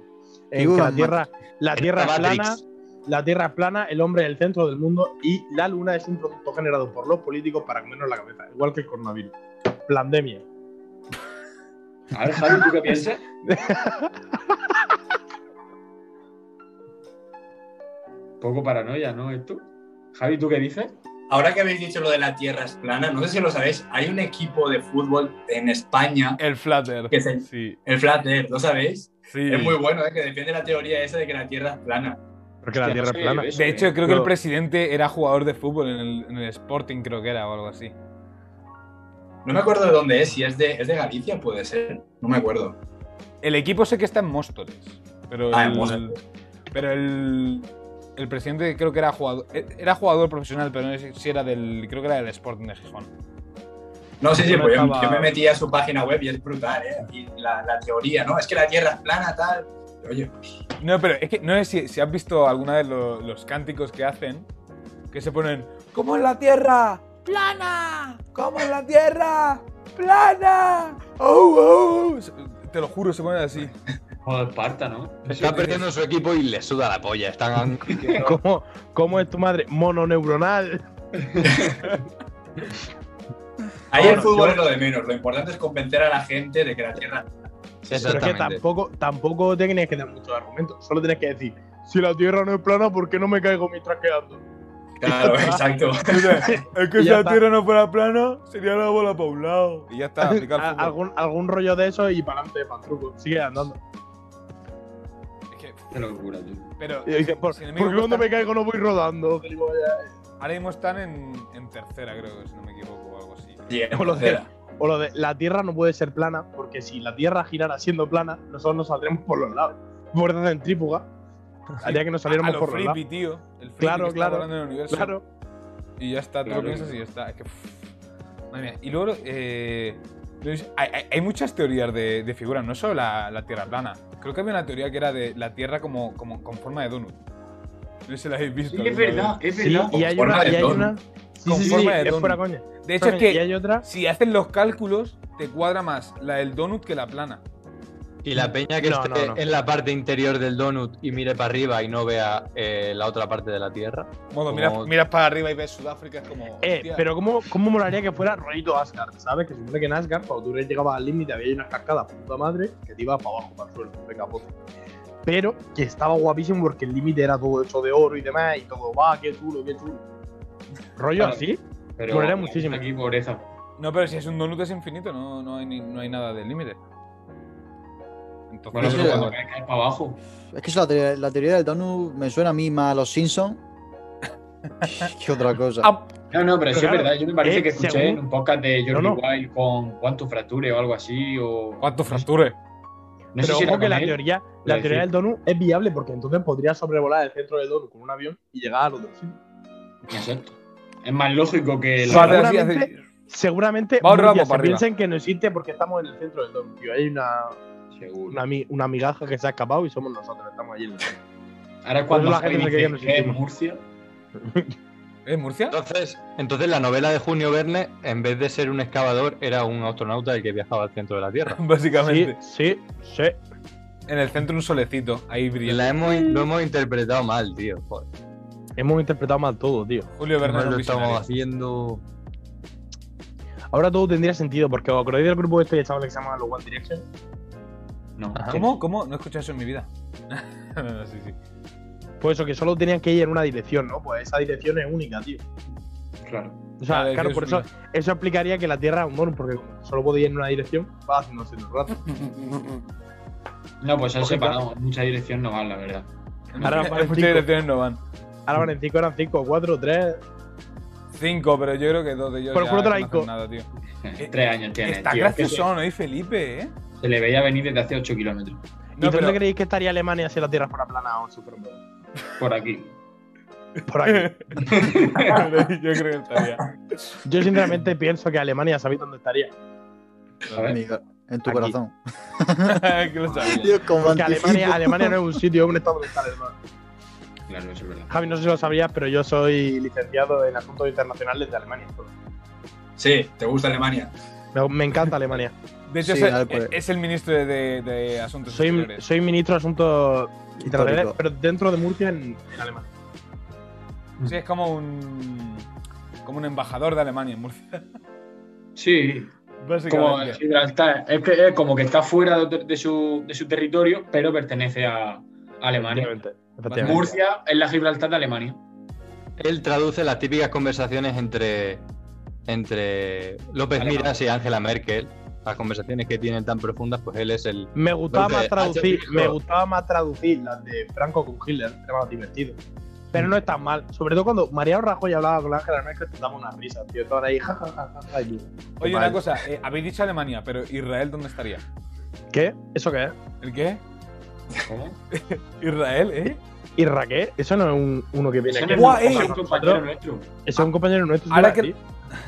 S4: en
S3: Vivo
S4: que la
S3: en
S4: Tierra, la tierra es
S5: Está Matrix.
S4: plana, la Tierra es plana, el hombre es el centro del mundo y la luna es un producto generado por los políticos para comernos la cabeza, igual que el coronavirus. Pandemia.
S2: A ver, Javi, ¿tú qué piensas? Poco paranoia, ¿no? ¿Esto? Javi, ¿tú qué dices?
S6: Ahora que habéis dicho lo de la tierra es plana, no sé si lo sabéis, hay un equipo de fútbol en España,
S1: El flutter.
S6: ¿Qué es el-
S1: Sí,
S6: el Flat Earth, ¿lo sabéis?
S1: sí.
S6: Es muy bueno, ¿eh? que defiende la teoría esa de que la tierra es plana.
S4: Porque la
S2: Hostia,
S4: Tierra
S2: no
S4: es
S2: sé,
S4: plana.
S2: ¿ves?
S1: De hecho, creo que el
S4: Pero-
S1: presidente era jugador de fútbol en el, en el Sporting, creo que era, o algo así.
S6: No me acuerdo de dónde es, si es de, es de Galicia, puede ser. No me acuerdo.
S1: El equipo sé que está en Móstoles. Pero
S6: Ah, en
S1: el,
S6: Móstoles.
S1: Pero el, el presidente creo que era jugador. e- Era jugador profesional, pero no sé si era del. Creo que era del Sporting de Gijón.
S6: No, sí, sí,
S1: No
S6: pues yo,
S1: estaba-
S6: yo me metí a su página web y es brutal, ¿eh? Y la, la teoría, ¿no? Es que la tierra es plana, tal. Oye, pues,
S1: No, pero es que no sé si, si has visto alguna vez lo- los cánticos que hacen. Que se ponen. ¿Cómo es la tierra? ¡Plana! ¿Cómo es la tierra? ¡Plana! ¡Oh, oh! Te lo juro, se ponen así.
S2: Joder, Esparta, ¿no?
S5: Está perdiendo su equipo y le suda la polla. Están.
S4: ¿Cómo, ¿Cómo es tu madre? Mononeuronal.
S5: Ah,
S6: ahí
S4: Bueno,
S6: el fútbol
S4: yo-
S6: es lo de menos. Lo importante es convencer a la gente de que la tierra.
S4: Pero es que
S5: Exactamente.
S4: tampoco, tampoco te tienes que dar muchos argumentos. Solo tienes que decir, si la Tierra no es plana, ¿por qué no me caigo mientras quedando?
S6: Claro, exacto.
S1: Es que
S4: Y
S1: si
S4: ya
S1: la
S4: está.
S1: tierra no fuera plana, sería la bola para un lado. Ah, Y ya está, aplicar
S4: A-
S1: el fútbol.
S4: Ah, algún, algún rollo de eso y para adelante, para truco. Sigue andando.
S1: Es que-
S2: Qué locura, tú.
S1: pero
S4: Y dices, ¿por,
S1: Si el
S4: por
S1: enemigo
S4: qué cuando
S1: está-
S4: me caigo no voy rodando? gilipollas?
S1: ahora mismo están en, en tercera, creo que si no me equivoco o algo así.
S6: Sí,
S4: O lo de-
S6: tercera.
S4: O lo de la Tierra no puede ser plana, porque si la Tierra girara siendo plana, nosotros nos saldremos por los lados. Fuerza centrífuga. Haría que nos
S1: A
S4: saliéramos
S1: lo
S4: por los lados.
S1: Flippy, tío. El Flippy
S4: Claro,
S1: que está
S4: claro,
S1: volando en el universo.
S4: Claro.
S1: Y ya está, tú
S2: Claro.
S1: lo piensas y ya está. Es que, pff, madre mía. Y luego, eh, Luis, hay, hay- hay muchas teorías de, de figuras, no solo la, la Tierra plana. Creo que había una teoría que era de la Tierra como, como con forma de donut. No sé si la habéis visto.
S2: Sí, es
S1: alguna
S2: verdad, es
S4: Sí,
S2: verdad.
S4: y hay
S6: forma
S4: una.
S6: de
S4: Y hay
S6: don.
S4: una sí,
S1: Con
S4: sí, sí,
S1: forma de
S4: es
S1: don.
S4: fuera coña.
S1: vez. De hecho, es
S4: Y
S1: que
S4: hay otra.
S1: si haces los cálculos, te cuadra más la del donut que la plana.
S5: Y la peña que
S2: este,
S4: No,
S5: esté
S4: no, no.
S5: en la parte interior del donut y mire para arriba y no vea eh, la otra parte de la tierra.
S1: Modo,
S5: Como-
S1: miras, miras para arriba y ves Sudáfrica, es como.
S4: Eh,
S1: hostia.
S4: pero ¿cómo, ¿cómo molaría que fuera rollito Asgard? ¿Sabes? Que supone que en Asgard, cuando tú llegabas al límite, había unas cascadas puta madre que te ibas para abajo, para el suelo, de capote. Pero que estaba guapísimo porque el límite era todo hecho de oro y demás, y todo, va, qué chulo, qué chulo. ¿Rollo
S2: Claro.
S4: así?
S2: Pero
S4: Morirá muchísimo.
S2: Aquí, pobreza.
S1: No, pero si es un donut es infinito, no, no, hay, ni- no hay nada de límite. Entonces,
S2: Bueno,
S3: Sí,
S2: pero
S3: sí.
S2: cuando caes, caes para abajo.
S3: Es que eso, la teoría, la teoría del donut me suena a mí más a los Simpsons que otra cosa.
S1: Ah,
S2: No, no, pero sí
S4: Claro.
S2: es verdad. Yo me parece
S4: Eh,
S2: que escuché
S4: según-
S2: en un podcast de Jordi
S4: No, no.
S2: Wild con cuánto fracture o algo así. O...
S1: ¿Cuánto fracture?
S2: No sé
S4: Pero
S2: si
S4: ojo
S2: era
S4: que
S2: con
S4: la
S2: él.
S4: teoría, la
S2: decir.
S4: teoría del donut es viable porque entonces podría sobrevolar el centro del donut con un avión y llegar al otro sitio.
S2: Exacto. Es más lógico que
S1: Lo hace
S2: la.
S1: así,
S4: seguramente-
S1: hace-
S4: Seguramente
S1: Va un ramo
S4: muchas
S1: para arriba.
S4: piensen que no existe porque estamos en el centro del donut, tío. Hay una,
S2: Seguro.
S4: una, mi- una migaja que se ha escapado y somos nosotros, estamos allí en el centro.
S2: Ahora es cuando
S4: la
S2: la
S4: gente se cree que no
S2: en
S4: existimos.
S2: Murcia.
S1: ¿Eh, Murcia?
S5: Entonces, entonces la novela de Junio Verne, en vez de ser un excavador, era un astronauta el que viajaba al centro de la Tierra.
S1: Básicamente.
S4: Sí, sí, sí.
S1: En el centro un solecito, ahí
S5: Y
S1: brilla.
S5: la hemos, lo hemos interpretado mal, tío. Joder,
S4: Hemos interpretado mal todo, tío.
S1: Julio
S5: no
S1: Bernardo
S5: lo estamos
S1: visionario.
S5: haciendo.
S4: Ahora todo tendría sentido, porque os acordáis del grupo este de chavales que se llama los One Direction.
S2: No.
S5: Ajá.
S1: ¿Cómo? ¿Cómo? No he escuchado eso en mi vida. No, sí, sí.
S4: Pues eso, que solo tenían que ir en una dirección, ¿no? Pues esa dirección es única, tío.
S2: Claro.
S4: O sea,
S1: Cada
S4: claro,
S1: dirección
S4: por
S1: es
S4: eso, eso explicaría que la Tierra es un mono, porque como solo podía ir en una dirección, va haciéndose un rato.
S2: No, pues se han
S4: Porque,
S2: separado. En mucha dirección no van, la verdad.
S1: Ahora en
S4: Ahora van
S1: muchas
S4: cinco.
S1: direcciones no van.
S4: Ahora van en 5, eran 5, 4, 3.
S1: Cinco, pero yo creo que dos de ellos
S4: Pero
S1: ya
S4: juro que
S1: no
S4: la
S1: hacen
S4: Inco.
S1: nada, tío. Eh,
S2: Tres años tiene.
S1: Está
S2: tío. Es que
S1: gracioso, ¿no? Y Felipe, ¿eh?
S2: Se, se le veía venir desde hace 8 kilómetros.
S4: ¿Y
S1: No,
S4: dónde
S1: pero
S4: creéis que estaría Alemania si la Tierra fuera plana o super plana?
S2: Por aquí.
S4: Por aquí.
S1: yo creo que estaría.
S4: Yo sinceramente pienso que Alemania, ¿sabéis dónde estaría?
S2: A ver.
S3: Amiga, en tu
S4: pues, Aquí.
S3: corazón.
S1: que lo sabía.
S3: Dios, como
S4: Porque
S3: anticipo.
S4: Alemania, Alemania no es un sitio, es un estado mental, hermano.
S2: Claro, eso es verdad.
S4: Javi, no sé si lo sabías, pero yo soy licenciado en asuntos internacionales de Alemania.
S6: Sí, te gusta Alemania.
S4: Me, me encanta Alemania.
S1: De hecho,
S3: Sí,
S1: es, el-
S3: vale, pues.
S1: es el ministro de, de- de Asuntos
S4: Soy,
S1: Exteriores.
S4: soy ministro de Asuntos Internacionales,
S3: Histórico.
S4: pero dentro de Murcia en, en Alemania.
S1: Sí, es como un. Como un embajador de Alemania en Murcia.
S2: Sí. Como eh,
S1: Básicamente.
S2: Gibraltar. Es, que, es como que está fuera de, de su, de su territorio, pero pertenece a, a Alemania.
S4: Efectivamente, efectivamente.
S2: Murcia es la Gibraltar de Alemania.
S5: Él traduce las típicas conversaciones entre, entre López
S2: Alemán.
S5: Miras y Angela Merkel. Las conversaciones que tienen tan profundas, pues él es el.
S4: Me gustaba
S5: Entonces,
S4: más traducir,
S5: H.
S4: me gustaba más traducir las de Franco con Hitler, era más divertido. Pero no es tan mal. Sobre todo cuando Mariano Rajoy hablaba con Ángela Merkel, te daba una risa, tío. Estaban ahí, ja, ja, ja, ja, ja, y yo,
S1: Oye,
S4: vale.
S1: una cosa, eh, habéis dicho Alemania, pero Israel, ¿dónde estaría?
S4: ¿Qué? ¿Eso qué es?
S1: ¿El qué? Israel, ¿eh?
S4: ¿Y Raquel? Eso no es un, uno que viene
S2: Ese
S4: aquí.
S2: no
S1: Guau,
S2: es
S1: eh.
S2: un compañero nuestro.
S4: Eso es un compañero nuestro.
S1: Ahora
S4: ¿sí?
S1: que-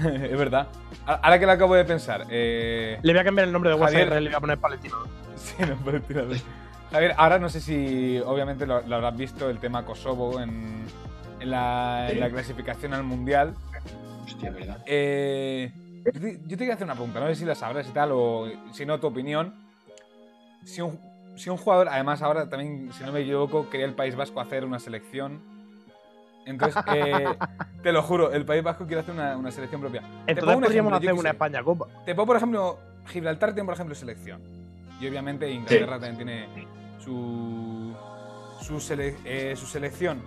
S1: es verdad. A- Ahora que lo acabo de pensar, eh.
S4: Le voy a cambiar el nombre de WhatsApp
S1: Javier.
S4: y le voy a poner Palestino.
S1: Sí, no, pero tira de- Javier, ahora no sé si obviamente lo, lo habrás visto el tema Kosovo en, en la, en la clasificación al mundial.
S2: Hostia, ¿verdad?
S1: Eh, yo te yo te quería hacer una pregunta, no sé si la sabrás y tal, o si no, tu opinión. Si un, si un jugador, además ahora también, si no me equivoco, quería el País Vasco hacer una selección. Entonces, eh, te lo juro, el País Vasco quiere hacer una, una selección propia. Te pongo
S4: Entonces
S1: un ejemplo,
S4: podríamos
S1: yo
S4: hacer
S1: qué
S4: una
S1: sé.
S4: España Copa.
S1: Te pongo, por ejemplo, Gibraltar tiene, por ejemplo, selección. Y obviamente Inglaterra también tiene su, su, sele- eh, su selección.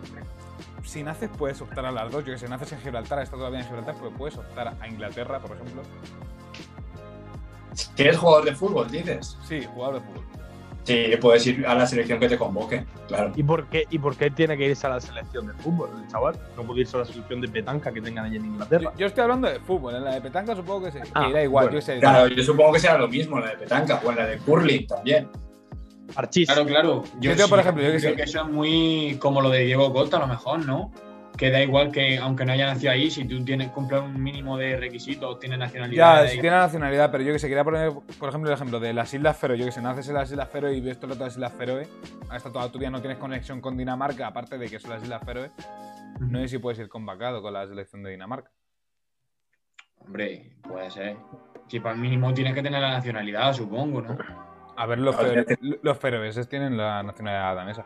S1: Si naces, puedes optar a las dos. Yo que sé, naces en Gibraltar, estás todavía en Gibraltar, pero puedes optar a Inglaterra, por ejemplo.
S6: Si eres jugador de fútbol, dices.
S1: Sí, jugador de fútbol.
S6: Sí, puedes ir a la selección que te convoque, claro.
S4: ¿Y por, qué, ¿Y por qué tiene que irse a la selección de fútbol, el chaval? No puede irse a la selección de petanca que tengan allí en Inglaterra.
S1: Yo, yo estoy hablando de fútbol, en la de petanca supongo que, se, que
S4: Ah,
S1: irá igual.
S6: bueno,
S1: yo sé,
S6: Claro, yo supongo que será lo mismo en la de petanca o en la de curling también.
S4: Archis.
S2: Claro, claro.
S1: Yo tengo, por
S2: sí
S1: ejemplo, yo que
S2: creo
S1: sé.
S2: que eso es muy como lo de Diego Costa, a lo mejor, ¿no? Que da igual que, aunque no haya nacido ahí, si tú tienes, cumples un mínimo de requisitos, tienes nacionalidad.
S1: Ya, si
S2: de-
S1: tiene nacionalidad, pero yo que sé, quería poner, por ejemplo, el ejemplo de las Islas Feroe. Yo que sé, naces en las Islas Feroe y ves todo el rato las Islas Feroe. Hasta toda tu vida no tienes conexión con Dinamarca, aparte de que son las Islas Feroe. No sé si puedes ir convocado con la selección de Dinamarca.
S2: Hombre, puede ser. Si para el mínimo tienes que tener la nacionalidad, supongo, ¿no?
S1: A ver, los,
S6: Claro,
S1: feroe- los feroeses tienen la nacionalidad danesa.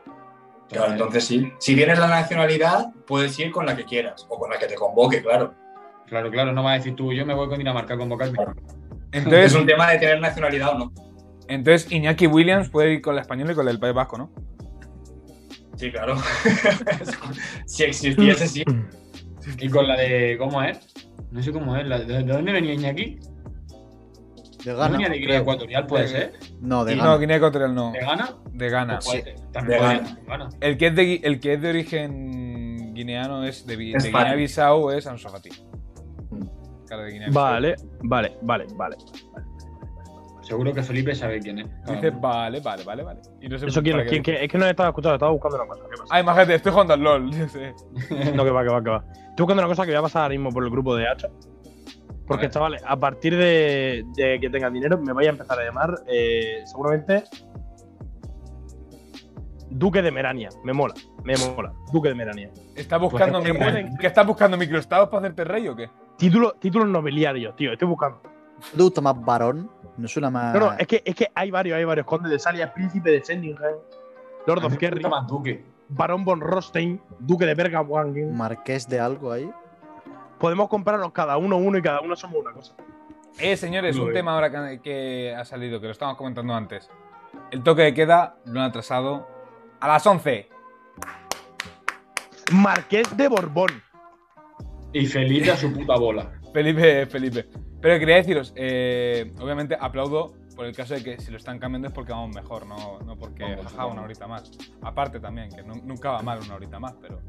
S6: Claro, entonces sí. Si tienes la nacionalidad, puedes ir con la que quieras o con la que te convoque, claro.
S2: Claro, claro, no vas a decir tú, yo me voy con Dinamarca a convocarme.
S6: Es
S1: Entonces,
S6: un tema de tener nacionalidad o no.
S1: entonces Iñaki Williams puede ir con la española y con la del País Vasco, ¿no?
S6: Sí, claro. si existiese, sí.
S2: Y con la de. ¿Cómo es? No sé cómo es. la- ¿De, de dónde venía Iñaki?
S3: De
S2: ¿No
S3: Ghana.
S2: venía de Guinea
S3: creo.
S2: Ecuatorial, puede
S1: De-
S2: ser?
S3: No, de
S2: Y
S1: No,
S3: Ghana.
S1: Guinea Ecuatorial no,
S2: ¿De Ghana?
S1: de Ghana.
S2: Pues puede ser.
S6: De
S2: También puede
S6: Ghana.
S2: ser de Ghana.
S1: El que, es de, gui- el que es de origen guineano es de,
S6: Es Fati.
S1: Guinea Bissau es Ansu Fati.
S5: Mm.
S1: Claro, de Guinea
S4: Vale, vale, vale, vale.
S2: Seguro que Felipe sabe quién es.
S1: Dice, vale, vale, vale, vale. Y no sé
S4: Eso quién,
S1: para qué
S4: quién-
S1: dice.
S4: quién- es que no estaba escuchando, estaba buscando una cosa. ¿Qué pasa?
S1: Ah, imagínate, estoy jugando al LOL. yo sé.
S4: No, que va, que va, que va. Estoy buscando una cosa que voy a pasar ahora mismo por el grupo de Hacha. Porque, chavales, a partir de, de que tenga dinero, me vais a empezar a llamar eh, seguramente Duque de Merania. Me mola, me mola. Duque de Merania.
S1: ¿Estás buscando,
S2: Pues,
S1: mi-
S2: ¿qué pueden?
S1: ¿Qué estás buscando microestados para hacerte rey o qué?
S4: Título, títulos nobiliarios, tío. Estoy buscando.
S3: ¿No ¿Te gusta más varón? ¿No suena más.?
S4: No, no, es que, es que hay varios, hay varios. Conde de Salia, Príncipe de Sendingham, Lord of Kerry,
S2: Ah, Toma Duque.
S4: Barón von Rostein, Duque de
S3: Mm.
S4: Bergawangen.
S3: Marqués de algo ahí.
S4: Podemos comprarnos cada uno uno y cada uno somos una cosa.
S1: Eh, señores,
S4: Lo
S1: un
S4: veo.
S1: tema ahora que, que ha salido, que lo estábamos comentando antes. El toque de queda lo han atrasado a las 11.
S4: Marqués de Borbón.
S2: Y Felipe a su puta bola.
S1: Felipe, Felipe. Pero quería deciros, eh, obviamente aplaudo por el caso de que si lo están cambiando es porque vamos mejor, no, no porque
S2: Vamos,
S1: jaja,
S2: vamos.
S1: una horita más. Aparte también, que nu- nunca va mal una horita más, pero.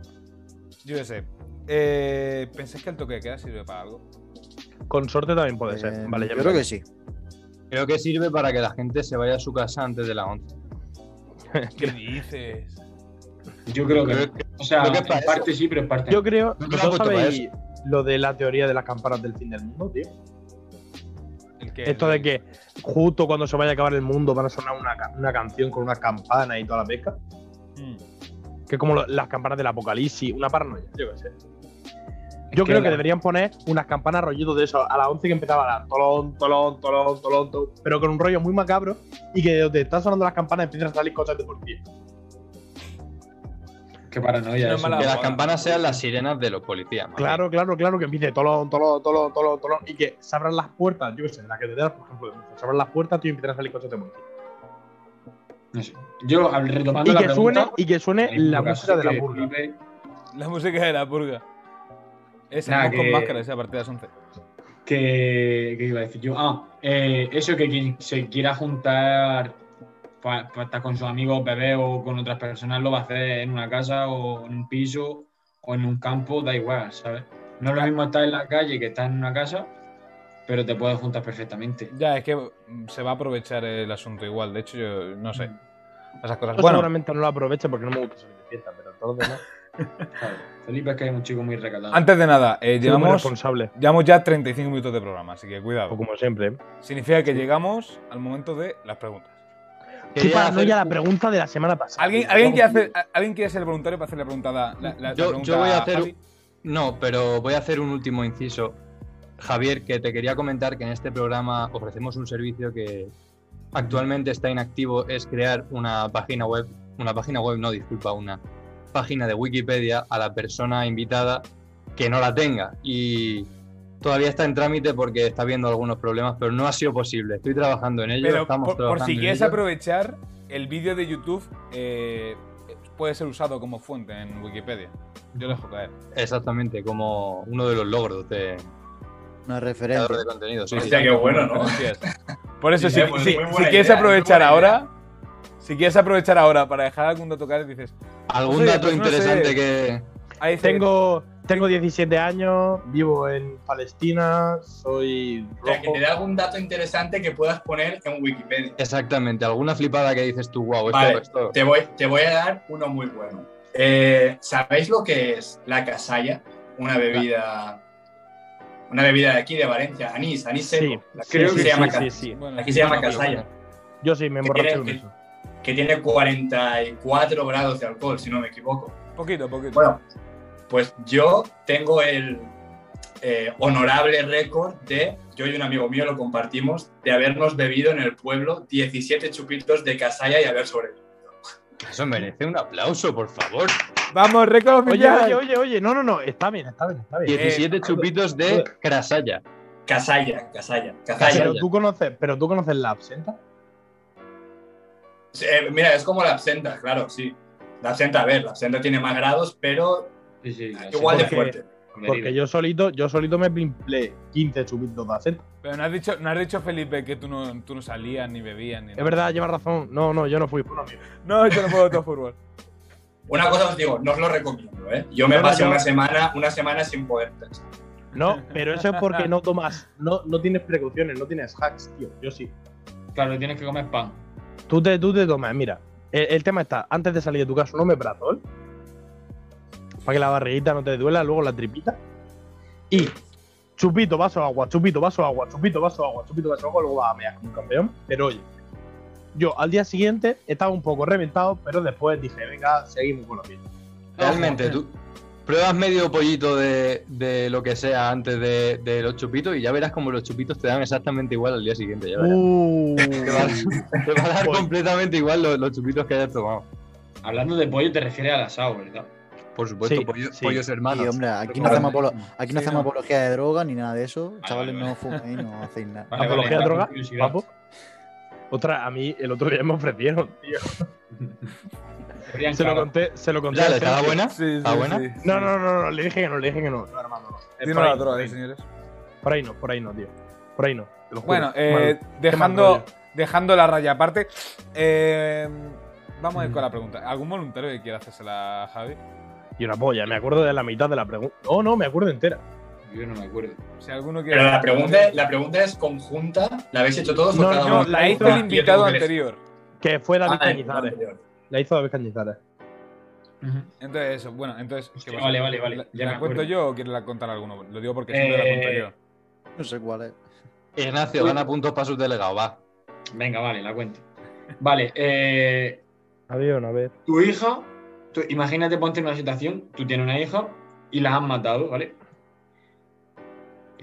S1: Yo qué sé. Eh, ¿Pensáis que el toque de queda sirve para algo?
S4: Consorte también puede
S3: Eh,
S4: ser. Vale, ya
S3: yo
S4: me
S3: creo que sí.
S5: Creo que sirve para que la gente se vaya a su casa antes de las 11.
S1: ¿Qué dices?
S2: Yo creo que.
S5: Creo que-
S2: O sea,
S5: creo que
S2: en
S5: para
S2: parte sí, pero en parte. no.
S4: Yo creo.
S5: creo que la
S4: ¿Vosotros
S5: puesto para
S4: sabéis lo de la teoría de las campanas del fin del mundo, tío?
S1: El que-
S4: Esto de que justo cuando se vaya a acabar el mundo van a sonar una, ca- una canción con una campana y toda la pesca.
S1: Mm.
S4: Que es como lo- las campanas del apocalipsis, una paranoia, yo qué sé. Yo creo que
S2: la-
S4: deberían poner unas campanas rollitos de eso a las 11 que empezaba a dar tolón, tolón, tolón, tolón, tolón, pero con un rollo muy macabro y que donde están sonando las campanas empiezan a salir cosas de por pie.
S2: Qué paranoia.
S1: No es
S2: eso.
S1: mala-
S5: Que las campanas sean las sirenas de los policías. madre.
S4: Claro, claro, claro, que empiece tolón, tolón, tolón, tolón, tolón, y que se abran las puertas, yo qué sé, de la catedral, por ejemplo, de Murcia, se abran las puertas tío, y empiezan a salir coches de policía.
S2: No sé. Yo, al- retomando
S4: Y
S2: la
S4: que
S2: pregunta,
S4: suene, y que suene
S2: hay
S4: la
S2: un caso
S4: música de la
S2: que
S4: burla.
S2: flipe.
S1: La música de la purga. Esa
S2: Nada,
S1: vamos con
S2: que-
S1: máscara, esa partida de las 11.
S2: que, que iba a decir yo. Ah, eh, eso que quien se quiera juntar para estar con sus amigos, bebés o con otras personas, lo va a hacer en una casa o en un piso o en un campo, da igual, ¿sabes? No es lo mismo estar en la calle que estar en una casa, pero te puedes juntar perfectamente.
S1: Ya, es que mm, se va a aprovechar el asunto igual. De hecho, yo no sé. Esas cosas.
S4: Yo
S1: Bueno,
S4: seguramente no lo aproveche porque no me gusta salir de fiesta, pero todo lo demás.
S2: ¿sabes? Felipe es que es un chico muy recatado.
S4: Ah,
S1: antes de nada, eh,
S4: soy muy
S1: llevamos,
S4: responsable.
S1: llevamos ya 35 minutos de programa, así que
S4: O
S1: cuidado.
S4: como siempre. ¿eh?
S1: Significa que llegamos al momento de las preguntas.
S4: Qué
S5: Quería hacer-
S4: paranoia la pregunta de la semana pasada.
S1: ¿Alguien, ¿alguien, quiere, hacer, a- ¿alguien quiere ser voluntario para hacer la pregunta? la- la- la
S5: Yo-
S1: pregunta
S5: yo voy a hacer-
S1: Javi?
S5: No, pero voy a hacer un último inciso. Javier, que te quería comentar que en este programa ofrecemos un servicio que actualmente está inactivo, es crear una página web, una página web, no, disculpa, una página de Wikipedia a la persona invitada que no la tenga. Y todavía está en trámite porque está habiendo algunos problemas, pero no ha sido posible. Estoy trabajando en ello,
S1: Pero
S5: estamos
S1: por, por
S5: trabajando
S1: si
S5: en
S1: quieres
S5: ello.
S1: aprovechar, el vídeo de YouTube eh, puede ser usado como fuente en Wikipedia. Yo lo dejo caer.
S5: Exactamente, como uno de los logros de
S3: Una
S5: creador
S3: referencia.
S5: de contenido. sí, sí.
S6: Hostia, qué bueno, ¿no?
S1: Así es. Por eso,
S6: Sí,
S1: si,
S6: eh, pues
S1: si-
S6: muy buena
S1: si quieres
S6: idea,
S1: aprovechar
S6: muy buena idea.
S1: ahora, si quieres aprovechar ahora para dejar algún dato caer, dices,
S5: Algún
S1: Oye,
S5: dato
S1: pues no sé.
S5: interesante que...
S1: ahí dice,
S4: Tengo, tengo 17 años, vivo en Palestina, soy
S6: O sea, que
S4: rojo.
S6: te dé algún dato interesante que puedas poner en Wikipedia.
S5: Exactamente, alguna flipada que dices tú, wow, esto,
S6: Vale.
S5: esto.
S6: Te voy, te voy a dar uno muy bueno. Eh, ¿Sabéis lo que es la casalla? Una bebida. Una bebida de aquí, de Valencia. Anís, anís
S4: Sí,
S6: seco.
S4: sí,
S6: Creo
S4: sí,
S6: que se
S4: sí,
S6: llama
S4: sí,
S6: casalla.
S4: sí.
S1: bueno,
S6: Aquí se llama
S1: bueno,
S6: casalla,
S4: Yo sí, me
S6: ¿Qué
S4: emborraché
S6: quieres
S4: con
S6: que-
S4: eso.
S6: que tiene 44 grados de alcohol, si no me equivoco.
S1: Poquito, poquito.
S6: Bueno, pues yo tengo el eh, honorable récord de, yo y un amigo mío lo compartimos, de habernos bebido en el pueblo 17 chupitos de casalla y haber sobrevivido.
S5: Eso merece un aplauso, por favor.
S1: Vamos, récord
S4: Oye,
S1: oficial.
S4: oye, oye, oye, no, no, no, está bien, está bien, está bien.
S6: eh,
S5: 17 chupitos de crasalla.
S6: Casalla, casalla, casalla.
S4: Pero tú conoces, pero tú conoces la absenta.
S6: Eh, mira, es como la absenta, claro, sí. La absenta, a ver, la absenta tiene más grados, pero
S2: Sí, sí, así
S6: igual de
S4: porque-
S6: fuerte.
S2: con medida.
S4: Porque yo solito, yo solito me pimplé 15 chupitos de absenta.
S1: Pero no has dicho, no has dicho Felipe, que tú no, tú no salías ni bebías. Ni
S4: Es
S1: nada.
S4: verdad, lleva razón. No, no, yo no fui. fue un amigo.
S1: No, yo no puedo todo fútbol.
S6: Una cosa os digo, no os lo recomiendo, ¿eh? Yo me
S4: No, no,
S6: pasé
S4: yo-
S6: una semana, una semana sin poder pensar.
S4: No, pero eso es porque no tomas, no, no tienes precauciones, no tienes hacks, tío. Yo sí.
S2: Claro, tienes que comer pan.
S4: Tú te, tú te tomas, mira. El, el tema está, antes de salir de tu casa, no me pratol. Para que la barriguita no te duela, luego la tripita. Y chupito, vaso de agua, chupito, vaso de agua, chupito, vaso de agua, chupito, vaso de agua, luego vas a mear como un campeón. Pero oye, yo al día siguiente estaba un poco reventado, pero después dije, venga, seguimos con la fiesta.
S5: Realmente, tú pruebas medio pollito de, de lo que sea antes de, de los chupitos y ya verás como los chupitos te dan exactamente igual al día siguiente. Ya verás.
S4: Uh,
S5: Te va a dar, te va a dar
S4: Uy.
S5: completamente igual los, los chupitos que hayas tomado.
S2: Hablando de pollo, te refieres al asado, ¿verdad?
S5: Por supuesto,
S4: Sí,
S5: pollo-
S4: sí.
S5: pollos hermanos.
S3: Y hombre, aquí no
S5: Pero-
S3: hacemos, apolo- aquí no
S1: Sí,
S3: hacemos
S1: no.
S3: apología de droga ni nada de eso. Chavales,
S2: vale,
S3: no fuméis, no hacéis nada.
S2: Vale, vale,
S4: ¿Apología
S2: era
S4: a droga?
S2: curiosidad.
S4: Papo. Otra, a mí el otro día me ofrecieron, tío.
S2: Querían
S4: Se lo
S2: claro.
S4: conté, se lo conté. a
S5: Dale,
S4: Sergio.
S5: ¿está buena?
S1: Sí,
S5: ¿Ah? ¿Está buena?
S4: No, no, no, no, le dije que no, le dije que no. No, Armando, no. Eh,
S1: Dime
S4: por
S1: la
S4: ahí,
S1: droga,
S4: por ahí.
S1: eh, señores.
S4: Por ahí no, por ahí no, tío. Por ahí no. te lo juro.
S1: Bueno, eh,
S4: Mal- qué mal
S1: dejando,
S4: rollo.
S1: dejando la raya aparte, eh, vamos a ir con la pregunta. ¿Algún voluntario que quiera hacérsela a Javi?
S4: Y una polla, me acuerdo de la mitad de la pregunta. No, no, me acuerdo entera.
S2: Yo no me acuerdo.
S1: Si alguno quiere.
S6: Pero la pregunta, la pregunta es conjunta, ¿la habéis hecho todos
S4: No,
S6: o cada
S4: no,
S6: uno?
S4: la
S1: la hizo el
S6: Ah, yo
S1: invitado
S6: tengo que elegir.
S1: anterior.
S4: Que fue David
S6: Ah, el invitado
S4: Cañizares.
S6: anterior.
S4: La hizo David Cañizares.
S1: Entonces, eso, bueno, entonces. ¿qué
S2: Hostia,
S1: pasa?
S2: vale, vale, vale,
S1: ¿La,
S2: ya
S1: la
S2: me
S1: cuento
S2: acuerdo.
S1: yo o quiere la contar alguno? Lo digo porque siempre la cuento
S2: Eh,
S1: yo.
S3: No sé cuál es.
S5: Ignacio, gana puntos para su delegado, va.
S2: Venga, vale, la cuento. Vale, eh,
S4: Avión, a ver.
S2: tu hija, tú- imagínate, ponte en una situación, tú tienes una hija y la han matado, ¿vale?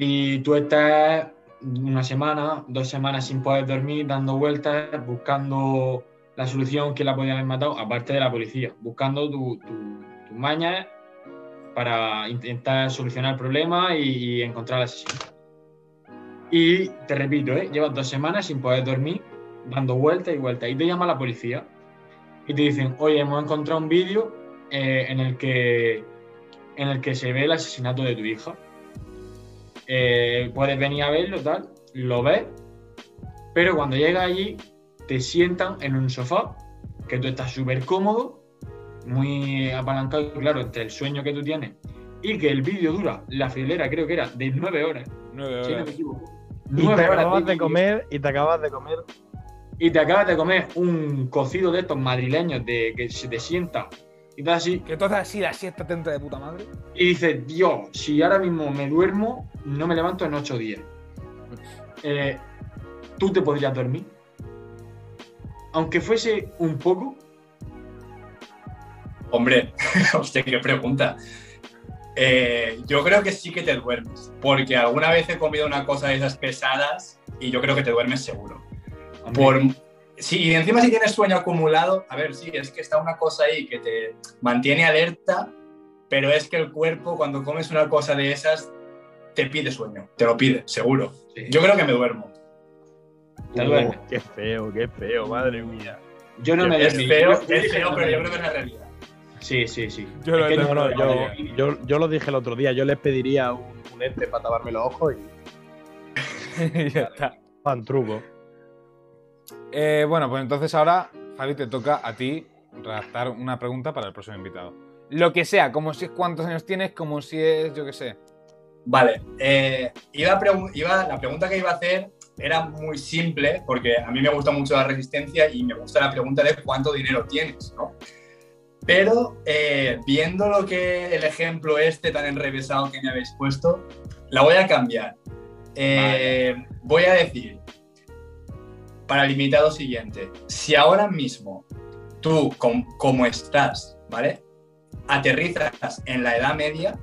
S2: Y tú estás una semana, dos semanas sin poder dormir, dando vueltas, buscando la solución que la podía haber matado, aparte de la policía, buscando tu, tu- tus mañas para intentar solucionar el problema y, y encontrar la sesión. Y te repito, ¿eh? llevas dos semanas sin poder dormir, dando vueltas y vueltas. Y te llama la policía y te dicen, oye, hemos encontrado un vídeo eh, en, el que, en el que se ve el asesinato de tu hija. Eh, puedes venir a verlo, tal, lo ves, pero cuando llegas allí te sientan en un sofá que tú estás súper cómodo, muy apalancado, claro, entre el sueño que tú tienes y que el vídeo dura, la filera creo que era de nueve horas,
S1: Nueve
S2: si no me
S1: horas.
S2: equivoco.
S4: Y te
S2: Nueve horas
S4: acabas de
S2: vídeo.
S4: comer, y te acabas de comer.
S2: Y te acabas de comer un cocido de estos madrileños de que se te sienta y tal así.
S1: Que entonces así la siesta te entra de puta madre.
S2: Y dices, Dios, si ahora mismo me duermo, no me levanto en ocho días. Eh, Tú te podrías dormir. Aunque fuese un poco,
S6: Hombre, hostia, qué pregunta. Eh, yo creo que sí que te duermes, porque alguna vez he comido una cosa de esas pesadas y yo creo que te duermes seguro.
S2: hombre,
S6: Por, sí, y encima si tienes sueño acumulado, a ver, sí, es que está una cosa ahí que te mantiene alerta, pero es que el cuerpo cuando comes una cosa de esas te pide sueño, te lo pide, seguro.
S2: sí,
S6: Yo creo que me duermo.
S2: te duermes.
S4: Qué feo, qué feo, madre mía.
S2: Yo no me
S6: Es
S2: dormí.
S6: feo,
S2: Yo- yo
S6: es
S2: dije
S6: feo,
S2: no me
S6: pero yo
S2: dormí.
S6: creo que es la realidad.
S2: Sí, sí, sí.
S1: Yo lo
S2: Es que
S1: he
S4: No, no,
S1: Madre
S4: yo,
S1: mía.
S4: yo, yo lo dije el otro día, yo les pediría un, un este para taparme los ojos y
S1: Y ya está.
S4: pan truco.
S1: Eh, bueno, pues entonces ahora, Javi, te toca a ti redactar una pregunta para el próximo invitado. Lo que sea, como si es cuántos años tienes, como si es, yo qué sé.
S6: Vale, eh, iba a pregu- iba- la pregunta que iba a hacer era muy simple, porque a mí me gusta mucho la resistencia y me gusta la pregunta de cuánto dinero tienes, ¿no? Pero eh, viendo lo que el ejemplo este tan enrevesado que me habéis puesto, la voy a cambiar. Eh, Voy a decir, para el invitado siguiente, si ahora mismo tú, com- como estás, ¿vale? Aterrizas en la Edad Media,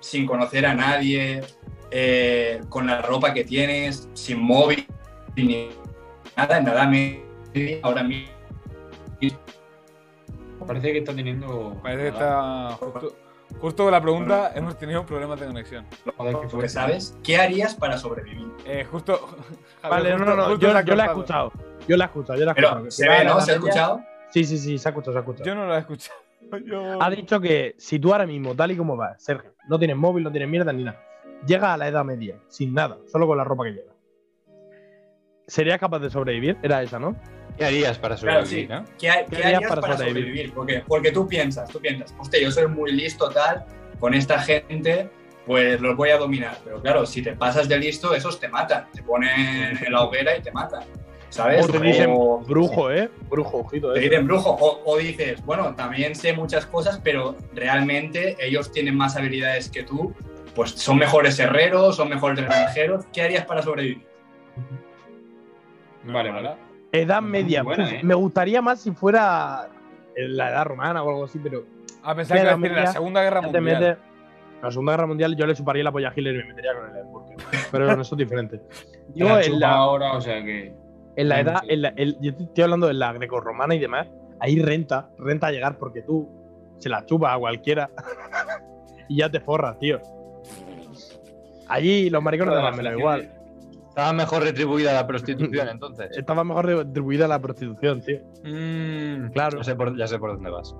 S6: sin conocer a nadie, eh, con la ropa que tienes, sin móvil, ni nada, nada me ahora mismo.
S2: Parece que está teniendo.
S1: Parece que está justo, justo con la pregunta hemos tenido problemas de conexión.
S2: Joder, qué
S6: Porque
S2: fuerte.
S6: sabes, ¿qué harías para sobrevivir?
S1: Eh, justo. Javi,
S4: Vale, no,
S1: justo-
S4: no, no,
S1: justo
S4: yo,
S1: se ha
S4: yo la he
S1: cortado.
S4: escuchado. Yo la he escuchado, yo la he escuchado. Ah,
S6: Pero
S4: Que
S6: se
S4: va a
S6: ve,
S4: la
S6: ¿no? ¿Se ha
S4: Edad Media.
S6: escuchado?
S4: Sí, sí, sí, se ha escuchado, se ha escuchado.
S1: Yo no la he escuchado. Yo-
S4: Ha dicho que si tú ahora mismo, tal y como vas, Sergio, no tienes móvil, no tienes mierda ni nada, llegas a la edad media, sin nada, solo con la ropa que llevas. ¿Serías capaz de sobrevivir? Era esa, ¿no?
S5: ¿Qué harías para
S6: Claro,
S5: sobrevivir?
S6: sí.
S1: ¿no?
S6: ¿Qué, ha- qué harías para, sobrevivir? Porque, porque tú piensas, tú piensas, hostia, yo soy muy listo tal, con esta gente, pues los voy a dominar. Pero claro, si te pasas de listo, esos te matan, te ponen en la hoguera y te matan. ¿Sabes?
S4: O te dicen
S6: O-
S4: brujo, ¿eh? Brujo, ojito,
S6: Te
S4: ¿eh?
S6: dicen brujo, o, o dices, bueno, también sé muchas cosas, pero realmente ellos tienen más habilidades que tú, pues son mejores herreros, son mejores granjeros. ¿Qué harías para sobrevivir?
S2: Vale, vale.
S4: Edad
S2: Muy
S4: media.
S2: buena,
S4: puf,
S2: ¿eh?
S4: Me gustaría más si fuera en la edad romana o algo así, pero
S1: A pensar que iba a decir la Segunda Guerra
S4: ya te
S1: Mundial.
S4: metes. La Segunda Guerra Mundial yo le chuparía la polla a Hitler y me metería con el Edimburgo. Pero no, eso es diferente.
S2: Te
S4: Yo
S2: la
S4: en
S2: chupa
S4: la,
S2: ahora, o sea que.
S4: En la
S2: Mm,
S4: edad,
S2: sí.
S4: en la- el- yo te estoy hablando de la grecorromana y demás, ahí renta, renta llegar porque tú se la chupas a cualquiera y ya te forras, tío. Allí los maricones
S2: Todas
S4: daban
S2: las
S4: me da
S2: naciones.
S4: igual.
S5: Estaba mejor retribuida la prostitución, entonces.
S4: Estaba mejor retribuida la prostitución, tío. Claro.
S5: Ya sé por, ya sé por dónde vas.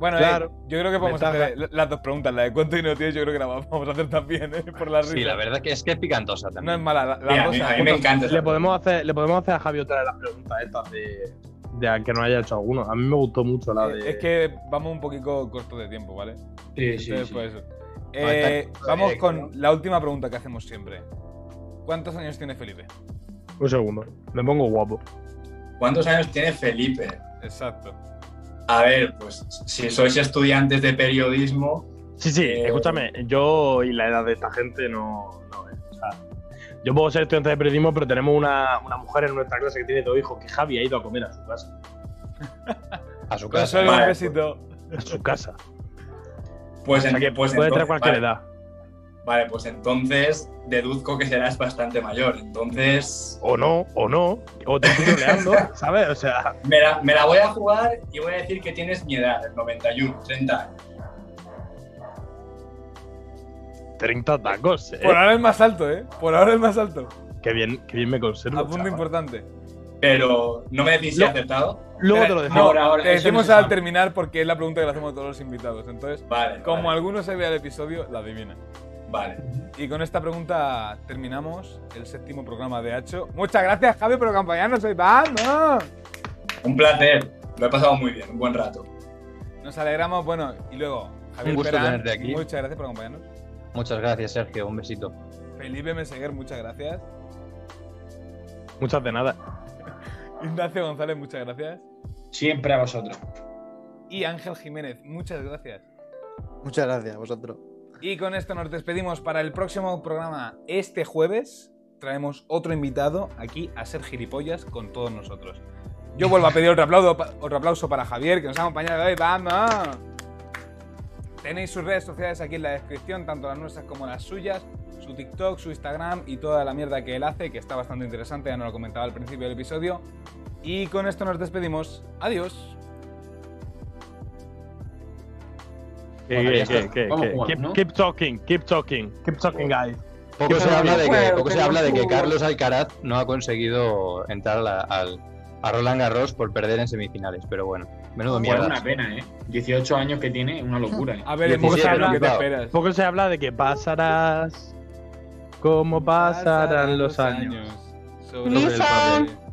S1: Bueno, eh,
S4: Claro.
S1: yo creo que podemos
S4: Ventaja.
S1: hacer eh, las dos preguntas. La de cuánto dinero tienes, yo creo que la vamos a hacer también, ¿eh? por la risa.
S5: Sí, la verdad que es que es
S1: No
S5: picantosa
S1: es
S5: también.
S1: mala. la- las
S6: Mira, a
S1: dos
S6: mí,
S1: se
S6: a mí me
S1: apuntan.
S6: encanta.
S4: Le podemos hacer, le podemos hacer a Javi otra de las preguntas estas de, de a que no haya hecho alguno. A mí me gustó mucho la de.
S1: Eh, Es que vamos un poquito corto de tiempo, ¿vale?
S2: Sí, sí,
S1: Entonces,
S2: sí.
S1: pues eso. Eh, vamos con la última pregunta que hacemos siempre. ¿Cuántos años tiene Felipe?
S4: Un segundo. Me pongo guapo.
S6: ¿Cuántos años tiene Felipe?
S1: Exacto.
S6: A ver, pues si sois estudiantes de periodismo,
S4: Sí, sí,
S6: Eh,
S4: escúchame, yo y la edad de esta gente no, no es. O sea, yo puedo ser estudiante de periodismo, pero tenemos una, una mujer en nuestra clase que tiene dos hijos que Javi ha ido a comer a su casa.
S5: A su
S1: Solo
S5: casa.
S1: un
S6: vale,
S1: besito.
S4: A su casa.
S6: pues,
S4: O sea
S6: en-
S4: que
S6: pues
S4: puede tener
S6: entonces-
S4: cualquier
S6: vale,
S4: edad.
S6: Vale, pues entonces deduzco que serás bastante mayor. Entonces
S4: O no, o no. O te estoy troleando, ¿sabes? O sea,
S6: me la, me la voy a jugar y voy a decir que tienes mi edad, el 91, 30 años.
S4: 30 tacos, eh.
S1: Por ahora es más alto, ¿eh? Por ahora es más alto.
S4: Qué bien, qué bien me conservo.
S1: A punto
S4: chaval.
S1: importante.
S6: Pero no me decís si
S4: Lo-
S6: he acertado.
S4: Luego te lo
S1: No,
S4: dejo.
S6: Ahora, ahora,
S1: te
S6: eso
S1: decimos
S6: no se
S1: al
S6: sabe.
S1: terminar porque es la pregunta que le hacemos a todos los invitados. Entonces,
S6: Vale.
S1: como
S6: vale,
S1: alguno se vea el episodio, la adivina.
S6: Vale.
S1: Y con esta pregunta terminamos el séptimo programa de Hacho. Muchas gracias, Javi, por acompañarnos hoy. ¡Vamos!
S6: Un placer. Lo he pasado muy bien, un buen rato.
S1: Nos alegramos, bueno, y luego, Javier
S5: Un gusto
S1: Perán,
S5: tenerte aquí.
S1: muchas gracias por acompañarnos.
S5: Muchas gracias, Sergio. Un besito.
S1: Felipe Meseguer, muchas gracias.
S4: Muchas de nada.
S1: Ignacio González, muchas gracias.
S2: Siempre a vosotros.
S1: Y Ángel Jiménez, muchas gracias.
S3: Muchas gracias a vosotros.
S1: Y con esto nos despedimos para el próximo programa este jueves. Traemos otro invitado aquí a ser gilipollas con todos nosotros. Yo vuelvo a pedir otro aplauso, otro aplauso para Javier, que nos ha acompañado hoy. ¡Vamos! Tenéis sus redes sociales aquí en la descripción, tanto las nuestras como las suyas, su TikTok, su Instagram y toda la mierda que él hace, que está bastante interesante, ya nos lo comentaba al principio del episodio. Y con esto nos despedimos. Adiós.
S4: ¿Qué,
S2: Bueno, ya
S4: qué,
S2: está.
S4: qué,
S2: Vamos
S4: qué?
S2: jugando,
S4: Keep,
S2: ¿no?
S4: keep talking, keep talking, keep talking, guys.
S5: Poco se
S2: pasa,
S5: habla de que,
S2: videojuego,
S5: poco
S2: que
S5: se
S2: no
S5: habla de que
S2: juego.
S5: Carlos Alcaraz no ha conseguido entrar a, la- al, a Roland Garros por perder en semifinales. Pero bueno, menudo
S2: Bueno,
S5: mierda.
S2: una pena, ¿eh? 18 años que tiene, una locura. ¿eh?
S1: A ver, en poco
S5: 17,
S1: habla
S5: ¿no?
S1: que te
S5: Claro.
S1: esperas.
S4: Poco se habla de que pasarás. Como pasarán los años.
S1: Sobre
S5: Nissan.
S1: el papel.